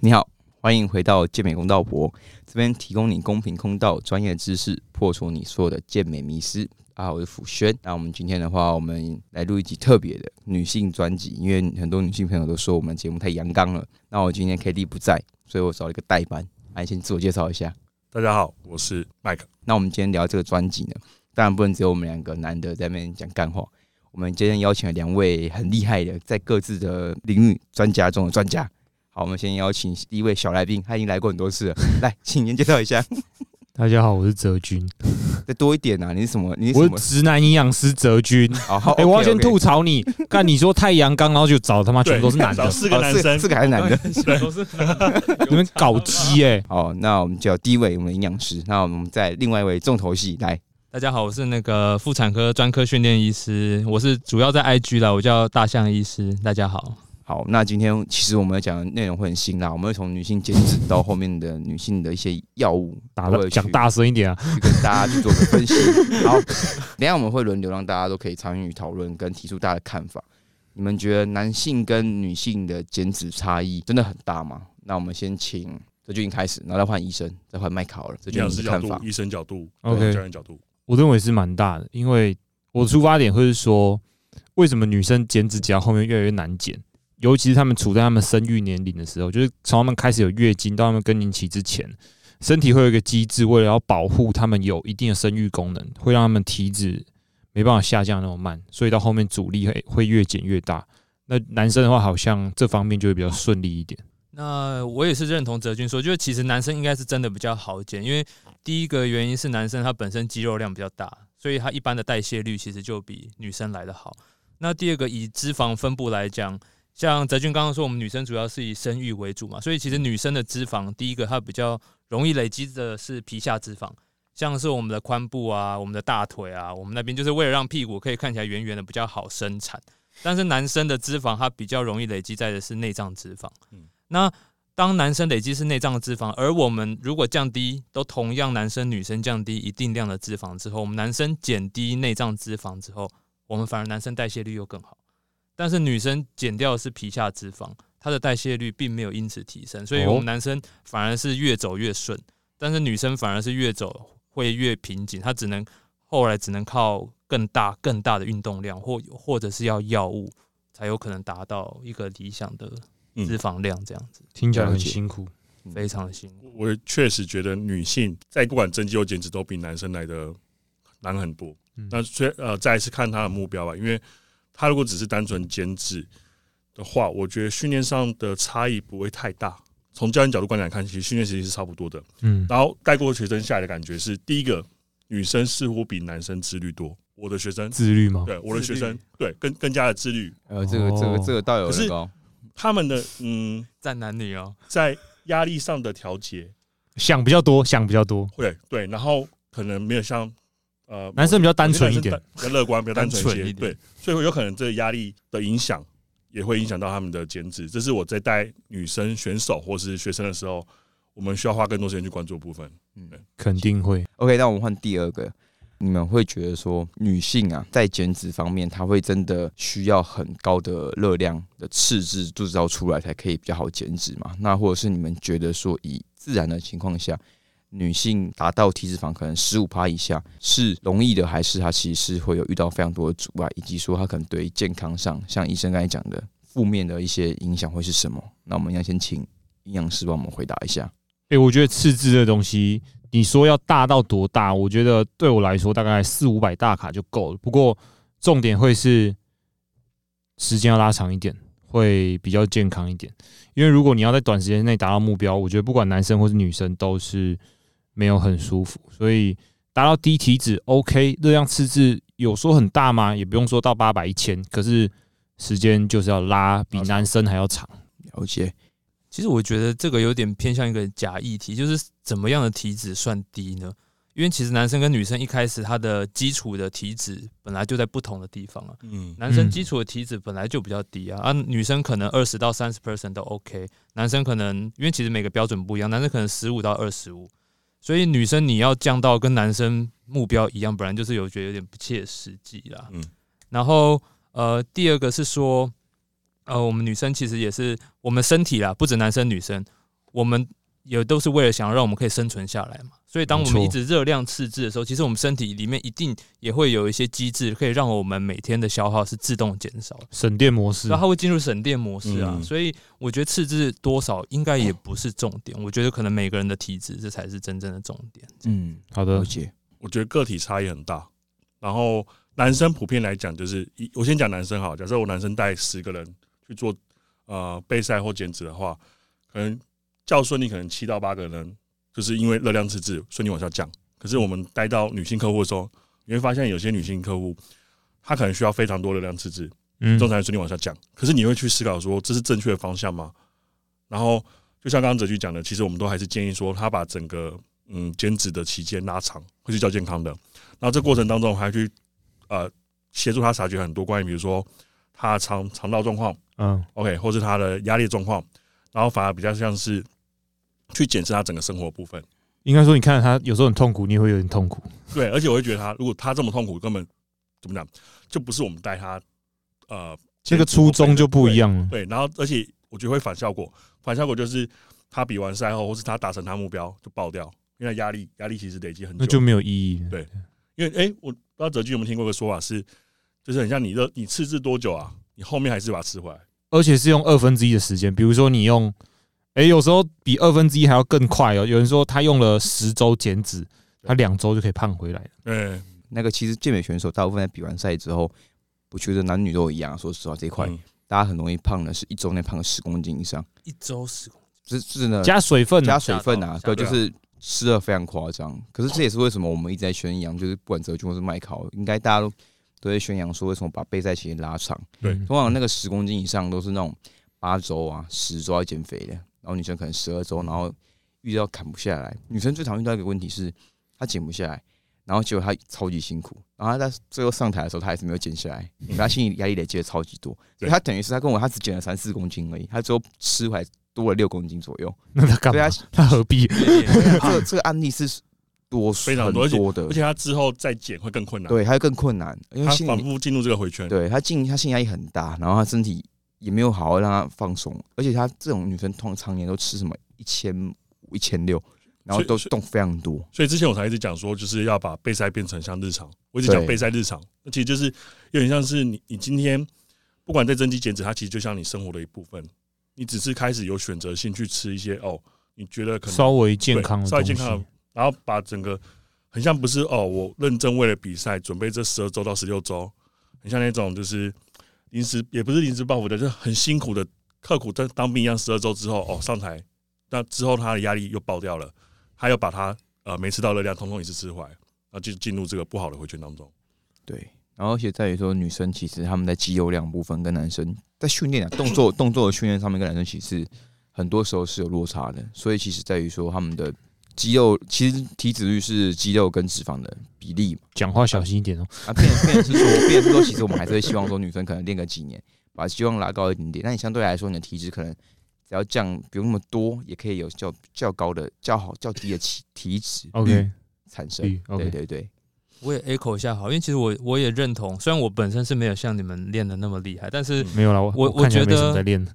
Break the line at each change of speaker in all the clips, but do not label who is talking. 你好，欢迎回到健美公道博，这边提供你公平公道专业知识，破除你所有的健美迷思。啊，我是辅轩。那我们今天的话，我们来录一集特别的女性专辑，因为很多女性朋友都说我们节目太阳刚了。那我今天 K D 不在，所以我找了一个代班。来，先自我介绍一下。
大家好，我是麦
啊
克。
那我们今天聊这个专辑呢，当然不能只有我们两个男的在那边讲干话。我们今天邀请了两位很厉害的，在各自的领域专家中的专家。好，我们先邀请第一位小来宾，他已经来过很多次 了。来，请您介绍一下，
大家好，我是泽君，
再多一点啊！你是什么？你是
我
什
是
么？
直男营养师泽君。
好好，
哎、我要
OK，OK
先吐槽 你，干你说太阳刚，然后就找他妈全部都是男
找
的，
四个男
哦
生
四，四个还是男的。
都是你们搞基哎、
好，那我们叫第一位我们的营养师，那我们在另外一位重头戏来。
大家好，我是那个妇产科专科训练医师，我是主要在 IG 啦，我叫大象医师。大家好，
好，那今天其实我们讲的内容会很辛辣，我们会从女性减脂到后面的女性的一些药物，
打
都会
了
去
讲大声一点啊！
去跟大家去做个分析。好，等一下我们会轮流让大家都可以参与讨论跟提出大家的看法。你们觉得男性跟女性的减脂差异真的很大吗？那我们先请这就已经开始，然后再换医生，再换麦考了，这
营
就
养
你
师
的
角
看
度
法、。
医生角度、
OK
家人角度，
我认为是蛮大的，因为我的出发点会是说，为什么女生减脂夹后面越来越难减，尤其是她们处在她们生育年龄的时候，就是从她们开始有月经到她们更年期之前，身体会有一个机制，为了要保护她们有一定的生育功能，会让她们体脂没办法下降那么慢，所以到后面阻力会会越减越大。那男生的话，好像这方面就会比较顺利一点。
那我也是认同哲君说，就是其实男生应该是真的比较好减，因为第一个原因是男生他本身肌肉量比较大，所以他一般的代谢率其实就比女生来的好。那第二个以脂肪分布来讲，像哲君刚刚说，我们女生主要是以生育为主嘛，所以其实女生的脂肪，第一个它比较容易累积的是皮下脂肪，像是我们的髋部啊、我们的大腿啊，我们那边就是为了让屁股可以看起来圆圆的，比较好生产。但是男生的脂肪，它比较容易累积在的是内脏脂肪。那当男生累积是内脏的脂肪，而我们如果降低都同样男生女生降低一定量的脂肪之后，我们男生减低内脏脂肪之后，我们反而男生代谢率又更好。但是女生减掉的是皮下脂肪，它的代谢率并没有因此提升，所以
哦
我们男生反而是越走越顺，但是女生反而是越走会越瓶颈，她只能后来只能靠更大更大的运动量，或或者是要药物才有可能达到一个理想的
嗯
脂肪量这样子。
听起来
了
很
解
辛苦，
非常的辛苦。
我我确实觉得女性在不管增肌或减脂都比男生来的难很多。
嗯
那虽呃，再来是看她的目标吧，因为她如果只是单纯减脂的话，我觉得训练上的差异不会太大。从教练角度观点来看，其实训练其实是差不多的。
嗯，
然后带过学生下来的感觉是，第一个，女生似乎比男生自律多。我的学生，
自律吗？
对我的
自
学
律
生，对更更加的自律。
呃，这个这个
哦
这个倒有
可是
那个哦
他们的嗯，
站男女哦，
在压力上的调节，
想比较多，想比较多，
对对，然后可能没有像呃
男生比较单纯一
有些男
点
生，比较乐观，比较单纯
单纯
一些，
一点
对，所以有可能这个压力的影响也会影响到他们的减脂。这是我在带女生选手或是学生的时候，我们需要花更多时间去关注的部分。
嗯。
肯定会。
OK，那我们换第二个，你们会觉得说女性啊，在减脂方面，她会真的需要很高的热量的赤字制造出来才可以比较好减脂嘛？那或者是你们觉得说，以自然的情况下，女性达到体脂肪可能十五趴以下是容易的，还是她其实是会有遇到非常多的阻碍，以及说她可能对于健康上，像医生刚才讲的负面的一些影响会是什么？那我们要先请营养师帮我们回答一下。
诶、我觉得赤字这东西，你说要大到多大？我觉得对我来说大概四五百大卡就够了。不过重点会是时间要拉长一点，会比较健康一点。因为如果你要在短时间内达到目标，我觉得不管男生或是女生都是没有很舒服。所以达到低体脂 OK，热量赤字有说很大吗？也不用说到八百一千，可是时间就是要拉比男生还要长。
了解，
其实我觉得这个有点偏向一个假议题，就是怎么样的体脂算低呢？因为其实男生跟女生一开始他的基础的体脂本来就在不同的地方啊，
嗯，
男生
嗯
基础的体脂本来就比较低啊，啊，女生可能二十到三十 percent 都 OK，男生可能因为其实每个标准不一样，男生可能十五到二十五，所以女生你要降到跟男生目标一样，本来就是有觉得有点不切实际啦。
嗯
嗯，然后呃，第二个是说，呃，我们女生其实也是我们身体啦，不止男生女生，我们也都是为了想要让我们可以生存下来嘛。所以当我
没
们
错
一直热量赤字的时候，其实我们身体里面一定也会有一些机制，可以让我们每天的消耗是自动减少的。
省电模式
所以，它会进入省电模式啊。
嗯
所以我觉得赤字多少应该也不是重点，我觉得可能每个人的体质这才是真正的重点。
嗯，
好
了
的，
解，
我觉得个体差异很大。然后男生普遍来讲，就是一我先讲男生好，假设我男生带十个人去做呃备赛或减脂的话，可能较顺利，可能七到八个人，就是因为热量赤字顺利往下降。可是我们带到女性客户的时候，你会发现有些女性客户，她可能需要非常多热量赤字，
嗯
正常顺利往下降。可是你会去思考说，这是正确的方向吗？然后就像刚刚哲居讲的，其实我们都还是建议说，他把整个嗯减脂的期间拉长，会是较健康的。然后这过程当中，我还去呃协助他察觉很多关于比如说他的肠肠道状况
嗯，
，OK，或是他的压力状况，然后反而比较像是去检视他整个生活的部分。
应该说你看他有时候很痛苦，你也会有点痛苦，
对，而且我会觉得他如果他这么痛苦，根本怎么讲，就不是我们带他呃
这个初衷就不一样了。
对，然后而且我觉得会反效果，反效果就是他比完赛后，或是他达成他目标就爆掉，因为他压力压力其实累积很
那
久。
就没有意义了。
对因为哎、诶我不知道哲君有没有听过一个说法是，就是很像你热你赤字多久啊，你后面还是把它吃回来。
而且是用二分之一的时间，比如说你用，哎、有时候比二分之一还要更快哦。有人说他用了十周减脂，他两周就可以胖回来了。
嗯，
那个其实健美选手大部分在比完赛之后，我觉得男女都一样。说实话，这一块、
嗯
大家很容易胖的，是一周内胖个十公斤以上，
一周十公
是是真的
加水分啊，
呃加水分啊，
吓
对，就
到
吓到
是吃的非常夸张。可是这也是为什么我们一直在宣扬，就是不管泽军或是麦考，应该大家都都在宣扬说为什么把备赛期间拉长。
对
嗯
通常那个十公斤以上都是那种八周啊、十周要减肥的，然后女生可能十二周，然后遇到砍不下来。女生最常遇到一个问题是，她减不下来，然后结果她超级辛苦，然后她在最后上台的时候，她还是没有减下来，因为她心理压力累积的超级多，所
对
以她等于是她跟我她只减了三四公斤而已，她最后吃回来多了六公斤左右。
那他干
对啊
嘛？，他何必？
斤，
这个这个案例是多
非常
很
多而且
多的
而，且他之后再减会更困难，
对，还有更困难，因为
他
心
反
理
复进入这个回圈。
对他进他心理压力很大，然后他身体也没有好好让他放松，而且他这种女生通常常年都吃什么一千五、一千六，然后
所以
都
所以
动非常多，
所以之前我才一直讲说，就是要把备赛变成像日常。我一直讲
对
备赛日常，那其实就是有点像是你你今天不管在增肌减脂，它其实就像你生活的一部分。你只是开始有选择性去吃一些哦，你觉得可能
稍微健康的
稍微
东
健
西，
康的，然后把整个很像不是哦，我认真为了比赛准备这十二周到十六周，很像那种就是临时也不是临时抱佛脚，就是很辛苦的刻苦在当兵一样，十二周之后哦上台，那之后他的压力又爆掉了，他又把他呃没吃到热量通通一次吃回来，然后啊就进入这个不好的回圈当中。
对。然后而且在于说，女生其实她们在肌肉量部分跟男生在训练啊、动 作、动作的训练上面跟男生其实很多时候是有落差的，所以其实在于说他们的肌肉其实体脂率是肌肉跟脂肪的比例嘛。
讲话小心一点哦。
啊，变变成是说，变成是说，其实我们还是会希望说，女生可能练个几年，把希望拉高一点点。那你相对来说，你的体脂可能只要降不用那么多，也可以有较较高的、较好、较低的体体脂率
OK，
产生。
率，OK
嗯对对对，
我也 echo 一下好，因为其实我我也认同，虽然我本身是没有像你们练的那么厉害，但
嗯
是
没有啦，我
我
看起来
我觉
没
得
什么在练。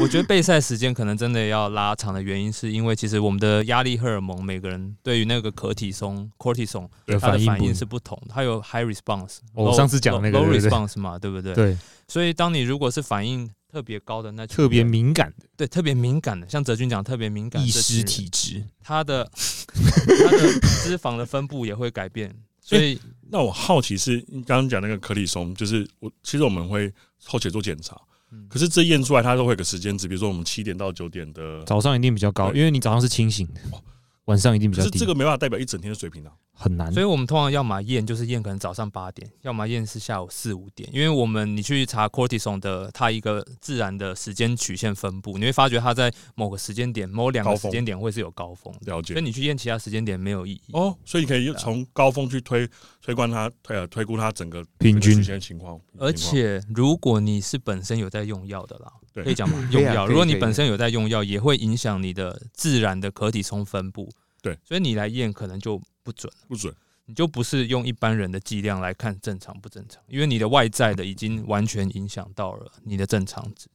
我觉得备赛时间可能真的要拉长的原因，是因为其实我们的压力荷尔蒙每个人对于那个可体松 cortisol
对
它的
反应
反
不一
应是不同，它有 high response，
哦我
low-
上次讲那个
low
对对对
response 嘛，对不对？
对，
所以当你如果是反应特别高的那群
特别
人
敏感的
对特别敏感的，像哲君讲特别敏感，
易
这群
失
人
体质，
它的它的 脂肪的分布也会改变，所以
那我好奇是你刚刚讲那个可里松，就是我其实我们会后且做检查，
嗯
啊可是这验出来它都会有个时间值，比如说我们七点到九点的，
早上一定比较高，
对
因为你早上是清醒的
哦，
晚上一定比
可
较
是
低，
这个没办法代表一整天的水平啊。
很难
所。以我们通常要么验就是验可能早上八点，要么验是下午四五点，因为我们你去查 cortisol 的它一个自然的时间曲线分布，你会发觉它在某个时间点、某两
高
个
峰
时间点会是有高峰的，
了解
所以。你去验其他时间点没有意义。
哦，所以你可以从高峰去推推观它推呃推估它整个
平均
曲线情况，
而
情况
且，如果你是本身有在用药的啦，
对
可以讲吗？
可
用
以啊
药，
可以
如果你
可以
本身有在用药，也会影响你的自然的可体松分布。
对，
所以你来验可能就不准。
不准，
你就不是用一般人的剂量来看正常不正常，因为你的外在的已经完全影响到了你的正常值。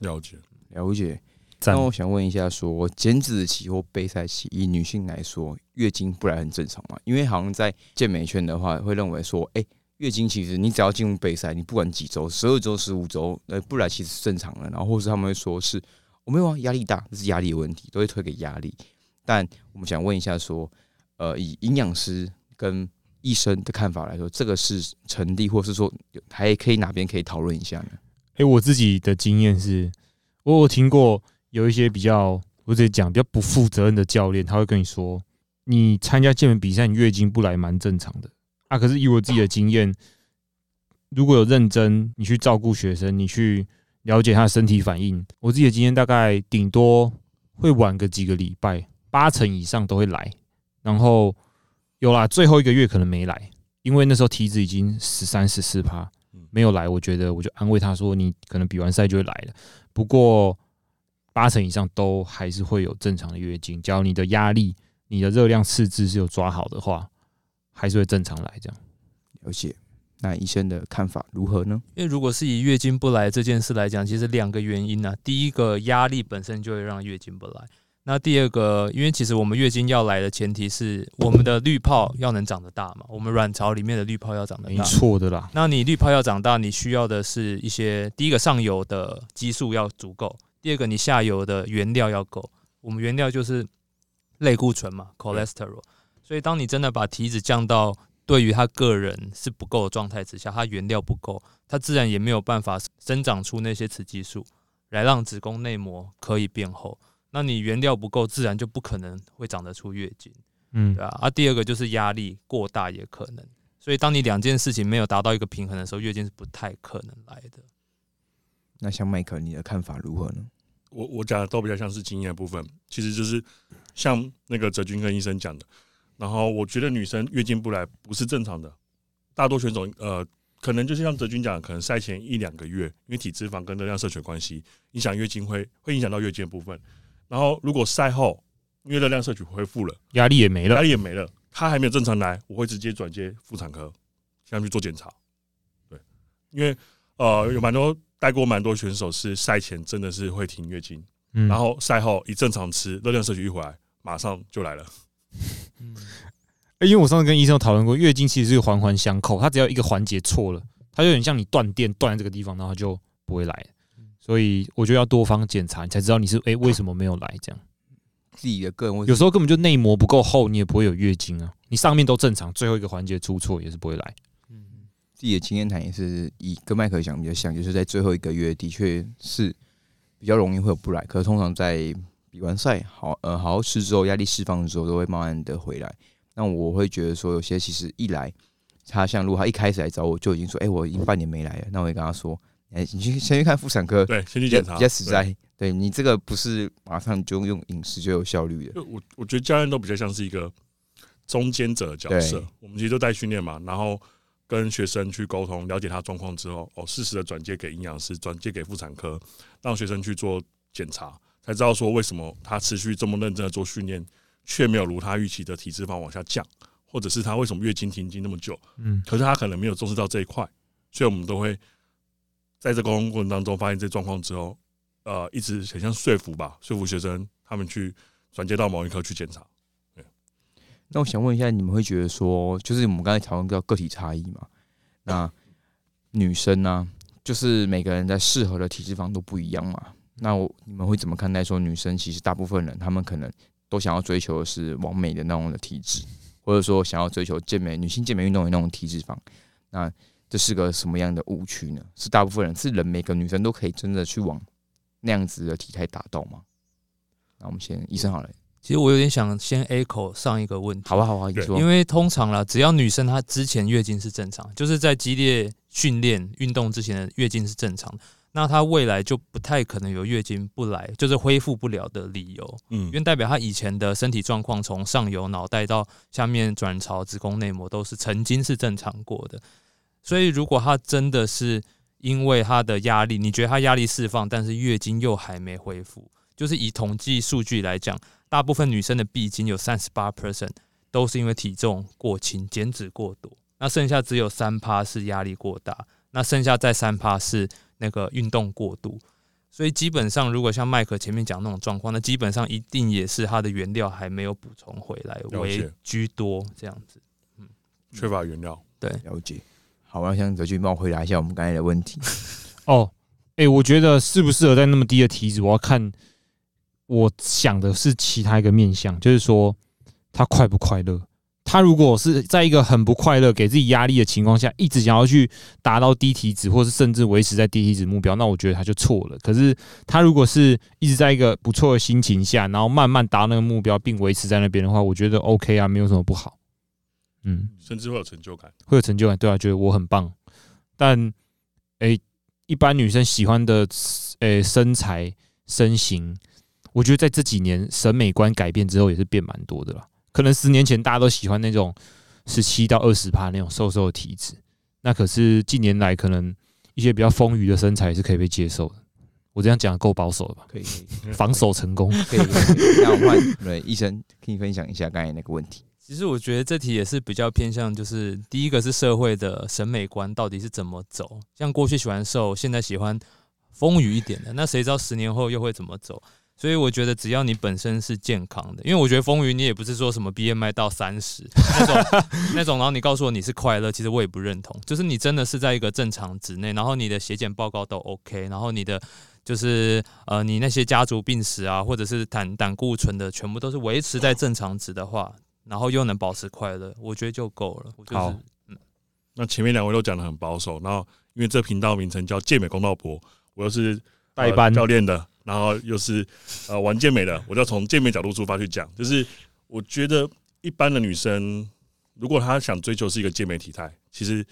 了解。
了解。
赞
哦
那我想问一下说减脂期或备赛期，以女性来说，月经不来很正常嘛？因为好像在健美圈的话，会认为说，哎、月经其实你只要进入备赛，你不管几周，十二周、十五周，呃，不来其实是正常的。然后或是他们会说是，我、没有啊，压力大，这是压力的问题，都会推给压力。但我们想问一下说，呃，以营养师跟医生的看法来说，这个是成立，或是说还可以哪边可以讨论一下呢？
诶、我自己的经验是，我有听过有一些比较，我直接讲比较不负责任的教练，他会跟你说，你参加健美比赛，你月经不来蛮正常的啊。可是以我自己的经验，如果有认真你去照顾学生，你去了解他的身体反应，我自己的经验大概顶多会晚个几个礼拜，八成以上都会来。然后有啦，最后一个月可能没来，因为那时候体脂已经十三十四趴。没有来，我觉得我就安慰他说，你可能比完赛就会来了。不过八成以上都还是会有正常的月经，只要你的压力、你的热量赤字是有抓好的话，还是会正常来这样。
了解。那医生的看法如何呢？
因为如果是以月经不来这件事来讲，其实两个原因呢、啊第一个，压力本身就会让月经不来；那第二个，因为其实我们月经要来的前提是我们的滤泡要能长得大嘛，我们卵巢里面的滤泡要长得
没
大。
错的啦，
那你滤泡要长大，你需要的是一些第一个上游的激素要足够，第二个你下游的原料要够。我们原料就是类固醇嘛，cholesterol。所以当你真的把体脂降到对于他个人是不够的状态之下，他原料不够，他自然也没有办法生长出那些雌激素来让子宫内膜可以变厚。那你原料不够，自然就不可能会长得出月经。
嗯
对，啊，啊，第二个就是压力过大也可能，所以当你两件事情没有达到一个平衡的时候，月经是不太可能来的。
那像麦克，你的看法如何呢？
我我讲的都比较像是经验的部分，其实就是像那个哲君跟医生讲的。然后我觉得女生月经不来不是正常的，大多选手呃，可能就是像哲君讲的，可能赛前一两个月，因为体脂肪跟热量摄取有关系，影响月经会会影响到月经的部分。然后如果赛后因为热量摄取恢复了，
压力也没
压
了。
力也没了，她还没有正常来，我会直接转接妇产科，现在去做检查。对，因为呃有蛮多带过蛮多选手是赛前真的是会停月经。
嗯，
然后赛后一正常吃，热量摄取一回来，马上就来了。
嗯，
欸因为我上次跟医生有讨论过，月经其实是环环相扣，它只要一个环节错了，它就有点像你断电断在这个地方，然后它就不会来。所以我觉得要多方检查，你才知道你是诶、为什么没有来这样。
自己的个人问
有时候根本就内膜不够厚，你也不会有月经啊。你上面都正常，最后一个环节出错也是不会来。
嗯
自己的经验谈也是以跟麦克讲比较像，就是在最后一个月的确是比较容易会有不来，可是通常在比完赛好呃好好吃之后，压力释放之后，都会慢慢的回来。那我会觉得说，有些其实一来，他像如果他一开始来找我就已经说，哎、我已经半年没来了，那我也跟他说，哎、你去先去看妇产科，
对，先去
比较
检查。
比较实
对。
在。对你这个不是马上就用饮食就有效率的，
就我我觉得教练都比较像是一个中间者的角色
对。
我们其实都带训练嘛，然后跟学生去沟通，了解他状况之后，哦，适时的转接给营养师，转接给妇产科，让学生去做检查，才知道说为什么他持续这么认真的做训练，却没有如他预期的体脂肪往下降，或者是他为什么月经停经那么久。
嗯，
可是他可能没有重视到这一块，所以我们都会在这沟通过程当中发现这状况之后，呃，一直很像说服吧，说服学生他们去转接到某一科去检查。
那我想问一下，你们会觉得说，就是我们刚才讨论到个体差异嘛？那女生呢、就是每个人在适合的体脂肪都不一样嘛？那我你们会怎么看待说，女生其实大部分人她们可能都想要追求的是完美的那种的体脂，或者说想要追求健美女性健美运动员那种体脂肪？那这是个什么样的误区呢？是大部分人是人每个女生都可以真的去往那样子的体态达到吗？那我们先医生好了，
其实我有点想先 echo 上一个问题，
好啊好啊，你
对
说，
因为通常啦，只要女生她之前月经是正常，就是在激烈训练运动之前的月经是正常的，那她未来就不太可能有月经不来，就是恢复不了的理由。
嗯
因为代表他以前的身体状况，从上游脑袋到下面卵巢、子宫内膜都是曾经是正常过的。所以，如果他真的是因为他的压力，你觉得他压力释放，但是月经又还没恢复，就是以统计数据来讲，大部分女生的闭经有三十八 percent 都是因为体重过轻、减脂过多，那剩下只有三趴是压力过大，那剩下再三趴是那个运动过度。所以基本上，如果像麦克前面讲那种状况，那基本上一定也是它的原料还没有补充回来
解
为居多这样子。
缺乏原料。
了解。好，那向泽俊帮我回答一下我们刚才的问题。
哦，哎、我觉得适不适合在那么低的体脂，我要看。我想的是其他一个面向，就是说他快不快乐。他如果是在一个很不快乐、给自己压力的情况下，一直想要去达到低体脂，或是甚至维持在低体脂目标，那我觉得他就错了。可是他如果是一直在一个不错的心情下，然后慢慢达到那个目标，并维持在那边的话，我觉得 OK 啊，没有什么不好。嗯，
甚至会有成就感。
会有成就感，对啊，觉得我很棒。但，诶、一般女生喜欢的，诶、身材、身形，我觉得在这几年审美观改变之后，也是变蛮多的啦。可能十年前大家都喜欢那种十七到二十趴那种瘦瘦的体脂，那可是近年来可能一些比较丰腴的身材是可以被接受的。我这样讲够保守了吧？
可以，
防守成 功，
可以， 可以。那我换对医生，可以分享一下刚才那个问题。
其实我觉得这题也是比较偏向，就是第一个是社会的审美观到底是怎么走，像过去喜欢瘦，现在喜欢丰腴一点的，那谁知道十年后又会怎么走？所以我觉得只要你本身是健康的，因为我觉得丰腴你也不是说什么 BMI 到三十 那种那种，然后你告诉我你是快乐，其实我也不认同，就是你真的是在一个正常值内，然后你的血检报告都 OK，然后你的。就是呃，你那些家族病史啊，或者是胆胆固醇的，全部都是维持在正常值的话，然后又能保持快乐，我觉得就够了。我就是、
好
那前面两位都讲的很保守，然后因为这频道名称叫健美公道博，我又是呃
代班
教练的，然后又是呃玩健美 的，我就从健美角度出发去讲，就是我觉得一般的女生，如果她想追求是一个健美体态，其实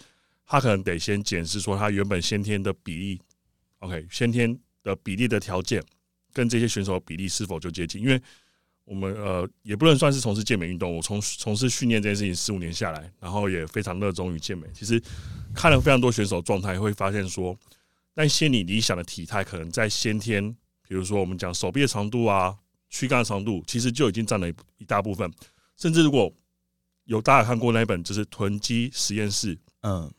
她可能得先检视说她原本先天的比例，OK，先天的比例的条件跟这些选手的比例是否就接近，因为。我们呃也不能算是从事健美运动，我从从事训练这件事情十五年下来，然后也非常热衷于健美。其实看了非常多选手状态，会发现说，那些你理想的体态，可能在先天，比如说我们讲手臂的长度啊、躯干的长度，其实就已经占了一一大部分。甚至如果有大家看过那一本，就是《囤积实验室》，
嗯，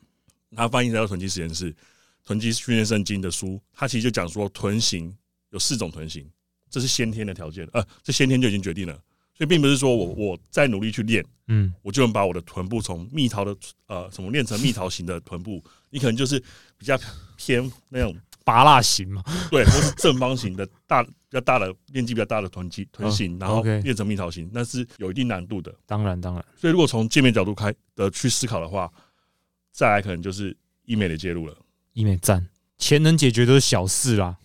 它翻译叫《囤积实验室》《囤积训练圣经》的书，它其实就讲说臀型有四种臀型，这是先天的条件，呃，这先天就已经决定了。所以并不是说我我再努力去练，
嗯，
我就能把我的臀部从蜜桃的呃什么练成蜜桃型的臀部，你可能就是比较偏那种
拔蜡型嘛，
对，或是正方形的大比较大的面积比较大的臀肌臀型，然后
OK
练成蜜桃型，那是有一定难度的。
当然当然，
所以如果从界面角度开的去思考的话，再来可能就是医美的介入了。
医美赞，钱能解决都是小事啦。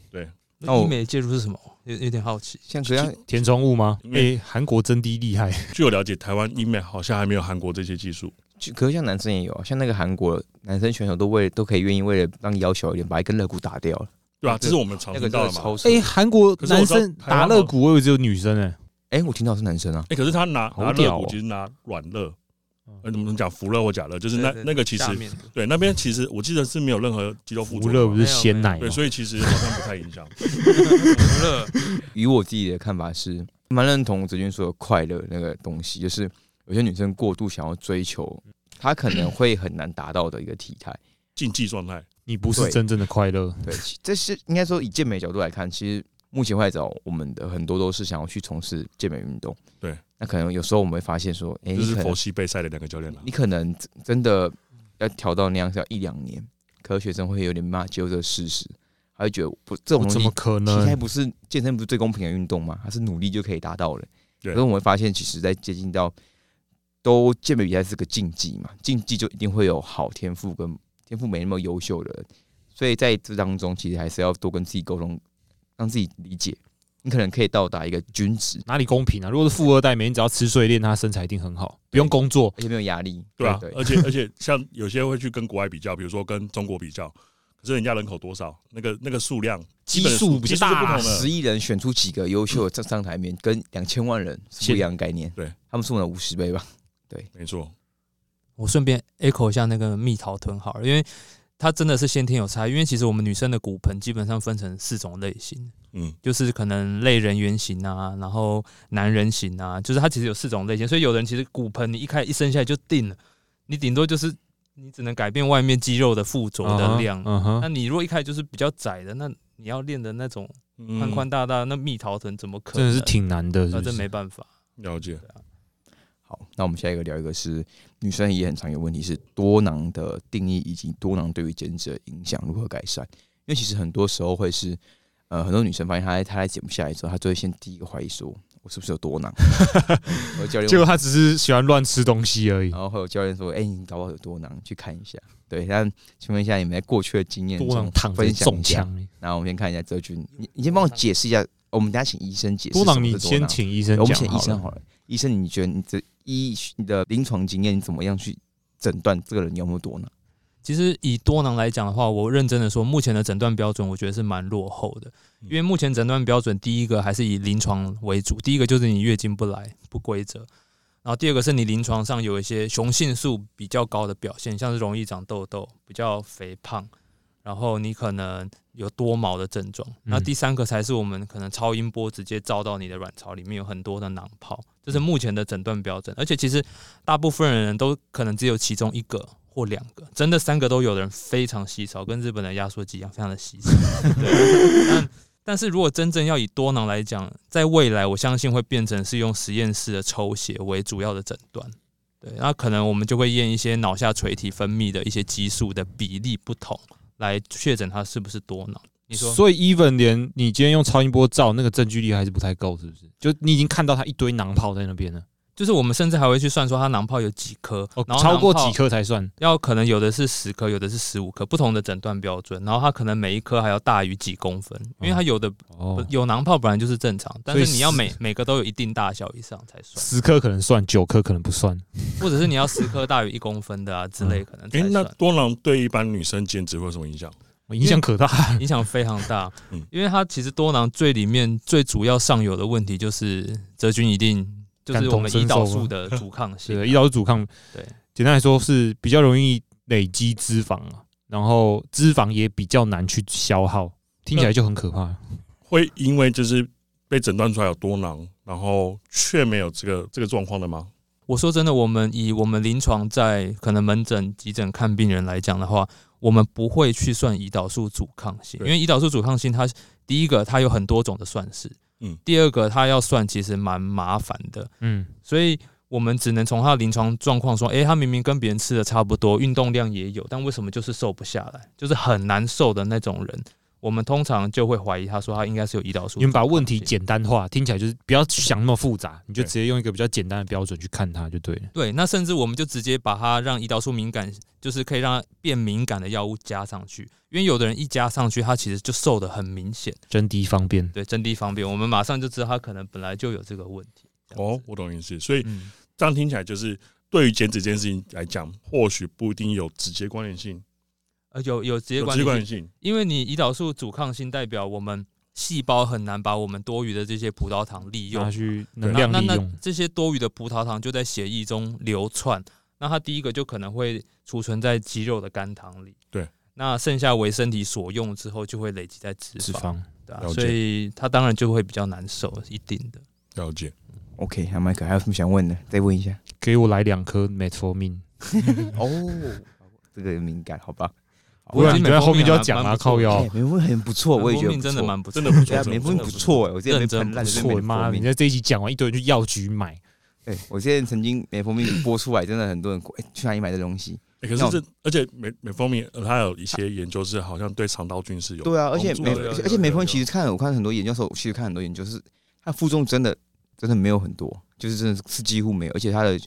那我
那医美介入是什么？有有点好奇。
像可要
填充物吗？
因为
诶、韩国真的厉害。
据我了解，台湾医美好像还没有韩国这些技术。
就可是像男生也有啊，像那个韩国男生选手都为都可以愿意为了让腰小一点，把一根肋骨打掉了，
对啊，
那个
这是我们常
那
听
个真
到
的
的嘛。
超扯。
诶、韩国
可是我
男
知道
生
台湾
打
好
肋骨，我以为只有女生诶、
哎、我听到是男生啊，
哎、可是他拿拿
好
热
屌
骨
哦
其实拿软热，呃，
嗯
怎么讲福热或假热，就是那
对对
那个其实
下面 的
对那边其实我记得是没有任何肌肉附
福
着
乐不
的嘛，
是鲜奶哦吗
对，？所以其实好像不太影响。
福乐
以我自己的看法是，蛮认同哲君说的快乐那个东西，就是有些女生过度想要追求，她可能会很难达到的一个体态。
竞技状态，
你不是真正的快乐。
对，其这是应该说以健美角度来看，其实目前外找我们的很多都是想要去从事健美运动。
对，
那可能有时候我们会发现说，哎、
这
你
是
可能
佛系备赛的两个教练啊了
你。可能真真的要调到那样是要一两年，可是学生会有点没办法接受这个事实，他会觉得不这种
我
东
哦
怎
西
么可
体态
能？
不是健身不是最公平的运动吗？它是努力就可以达到的。
对
可是我们发现，其实在接近到都健美比赛是个竞技嘛，竞技就一定会有好天赋跟天赋没那么优秀的人，所以在这当中，其实还是要多跟自己沟通，让自己理解，你可能可以到达一个均值，
哪里公平啊？如果是富二代，每天只要吃睡练，他身材一定很好，不用工作。
而且没有压力。
对啊，
对
而且而且像有些会去跟国外比较，比如说跟中国比较，可是人家人口多少，那个那个数量，基本的
基数比
基
较
数就不
大
同了
十。亿人选出几个优秀的上上台面，跟两千万人是不一样的概念。
嗯对，
他们是我们的五十倍吧？
没错，
我顺便 echo 一下那个蜜桃臀好了，因为它真的是先天有差异。因为其实我们女生的骨盆基本上分成四种类型，
嗯，
就是可能类人圆形啊，然后男人形啊，就是它其实有四种类型。所以有的人其实骨盆你一开一生下来就定了，你顶多就是你只能改变外面肌肉的附着的量。
嗯哼，
那你如果一开始就是比较窄的，那你要练的那种
嗯
宽宽大大，那蜜桃臀怎么可
真
能？
的是挺难的，是
那
不
真
是？
没办法。
了解，
好，那我们下一个聊一个是女生也很常有问题是多囊的定义以及多囊对于减脂的影响如何改善？因为其实很多时候会是，呃，很多女生发现她在她在减不下来之后，她就会先第一个怀疑说，我是不是有 多囊？我的教练
结果他只是喜欢乱吃东西而已
然。后会有教练说：“哎、你搞不好有多囊，去看一下。”对，但请问一下你们在过去的经验
多囊
中
躺着
分享
中
一下。
枪欸，
然后我们先看一下哲君，你你先帮我解释一下，我们等下请医生解释
多
什
囊
么
你
是多
先
囊。
请医生
对我们
讲
请医生
好
好
了。
了，医生你觉得你这医你的临床经验，你怎么样去诊断这个人有没有多囊？
其实以多囊来讲的话，我认真的说，目前的诊断标准我觉得是蛮落后的，
嗯
因为目前诊断标准第一个还是以临床为主，第一个就是你月经不来不规则，然后第二个是你临床上有一些雄性素比较高的表现，像是容易长痘痘、比较肥胖，然后你可能有多毛的症状。那第三个才是我们可能超音波直接照到你的卵巢里面有很多的囊泡，这是目前的诊断标准。而且其实大部分人都可能只有其中一个或两个，真的三个都有的人非常稀少，跟日本的压缩机一样，非常的稀少。对，但但是如果真正要以多囊来讲，在未来我相信会变成是用实验室的抽血为主要的诊断。对，那可能我们就会验一些脑下垂体分泌的一些激素的比例不同，来确诊它是不是多囊。你说
所以 even 连你今天用超音波照那个证据力还是不太够，是不是？就你已经看到它一堆囊泡在那边了，
就是我们甚至还会去算说它囊泡有几颗，
哦
然，后
超过
囊泡
几颗才算。
要可能有的是十颗，有的是十五颗，不同的诊断标准。然后它可能每一颗还要大于几公分，因为它有的
哦，
有囊泡本来就是正常，但
所以
是你要
十
每每个都有一定大小以上才算，
十颗可能算，九颗可能不算。
或者是你要十颗大于一公分的啊之类，可能才
嗯诶，那
算。
多囊对一般女生减脂会有什么影响？
影响可大，
影响非常大
嗯，
因为它其实多囊最里面最主要上游的问题就是泽君一定就是我们胰岛素的阻抗性啊、
是胰岛素阻抗。
对，
简单来说是比较容易累积脂肪啊，然后脂肪也比较难去消耗，听起来就很可怕。
会因为就是被诊断出来有多囊，然后却没有这个这个状况的吗？
我说真的，我们以我们临床在可能门诊、急诊看病人来讲的话，我们不会去算胰岛素阻抗性，因
对
为胰岛素阻抗性它第一个它有很多种的算式，
嗯
第二个它要算其实蛮麻烦的，
嗯，
所以我们只能从他的临床状况说，诶、他明明跟别人吃的差不多，运动量也有，但为什么就是瘦不下来，就是很难瘦的那种人，我们通常就会怀疑他说他应该是有胰岛素。
你们把问题简单化，听起来就是不要想那么复杂，你就
对
直接用一个比较简单的标准去看它就对了。
对，那甚至我们就直接把它让胰岛素敏感，就是可以让它变敏感的药物加上去，因为有的人一加上去，他其实就瘦的很明显。
真的方便，
对，真的方便，我们马上就知道他可能本来就有这个问题。这样
哦
子，，
我懂意思。所以
嗯，
这样听起来就是对于减脂这件事情来讲，或许不一定有直接关联性，
呃，有有直接
有
关
直接
联
关
性
联性。
因为你胰岛素阻抗性代表我们细胞很难把我们多余的这些葡萄糖利用
拿，去能
那
量
那
利
那
用。
这些多余的葡萄糖就在血液中流窜，那它第一个就可能会储存在肌肉的肝糖里，
对，
那剩下为身体所用之后就会累积在脂
脂
肪，
肪，
对、啊
了，解
所以它当然就会比较难受，一定的。
了解，
OK，那麦克还有什么想问的？再问一下。
给我来两颗 metformin，
哦，这个敏感，好吧？
不
不
然
然你
美
在
国
后面
命
就要
蛮
讲啊，
蛮不错
靠
的
腰
哎，。美国真的很不错，我也觉得
美国命啊真的蛮不错
真的不
对
错，
啊，美国
真
命
的
不。错哎，我之前被喷烂
不
的就是
错，
美
妈
国
的！你
命。
在这一集讲完，一堆人去药局买，
哎，我之前曾经美国命播出来，真的很多人哎去哪里买这东西？
欸可
那
是
我
这，而且美美蜂蜜，呃它有一些研究是好像对肠道菌是有
对啊，而且
帮助
美
的
有
而且
有
而且美
有
国人其实看我看很多研究的时候，我其实看很多研究是它负重真的真的没有很多，就是真的是几乎没有，而且它的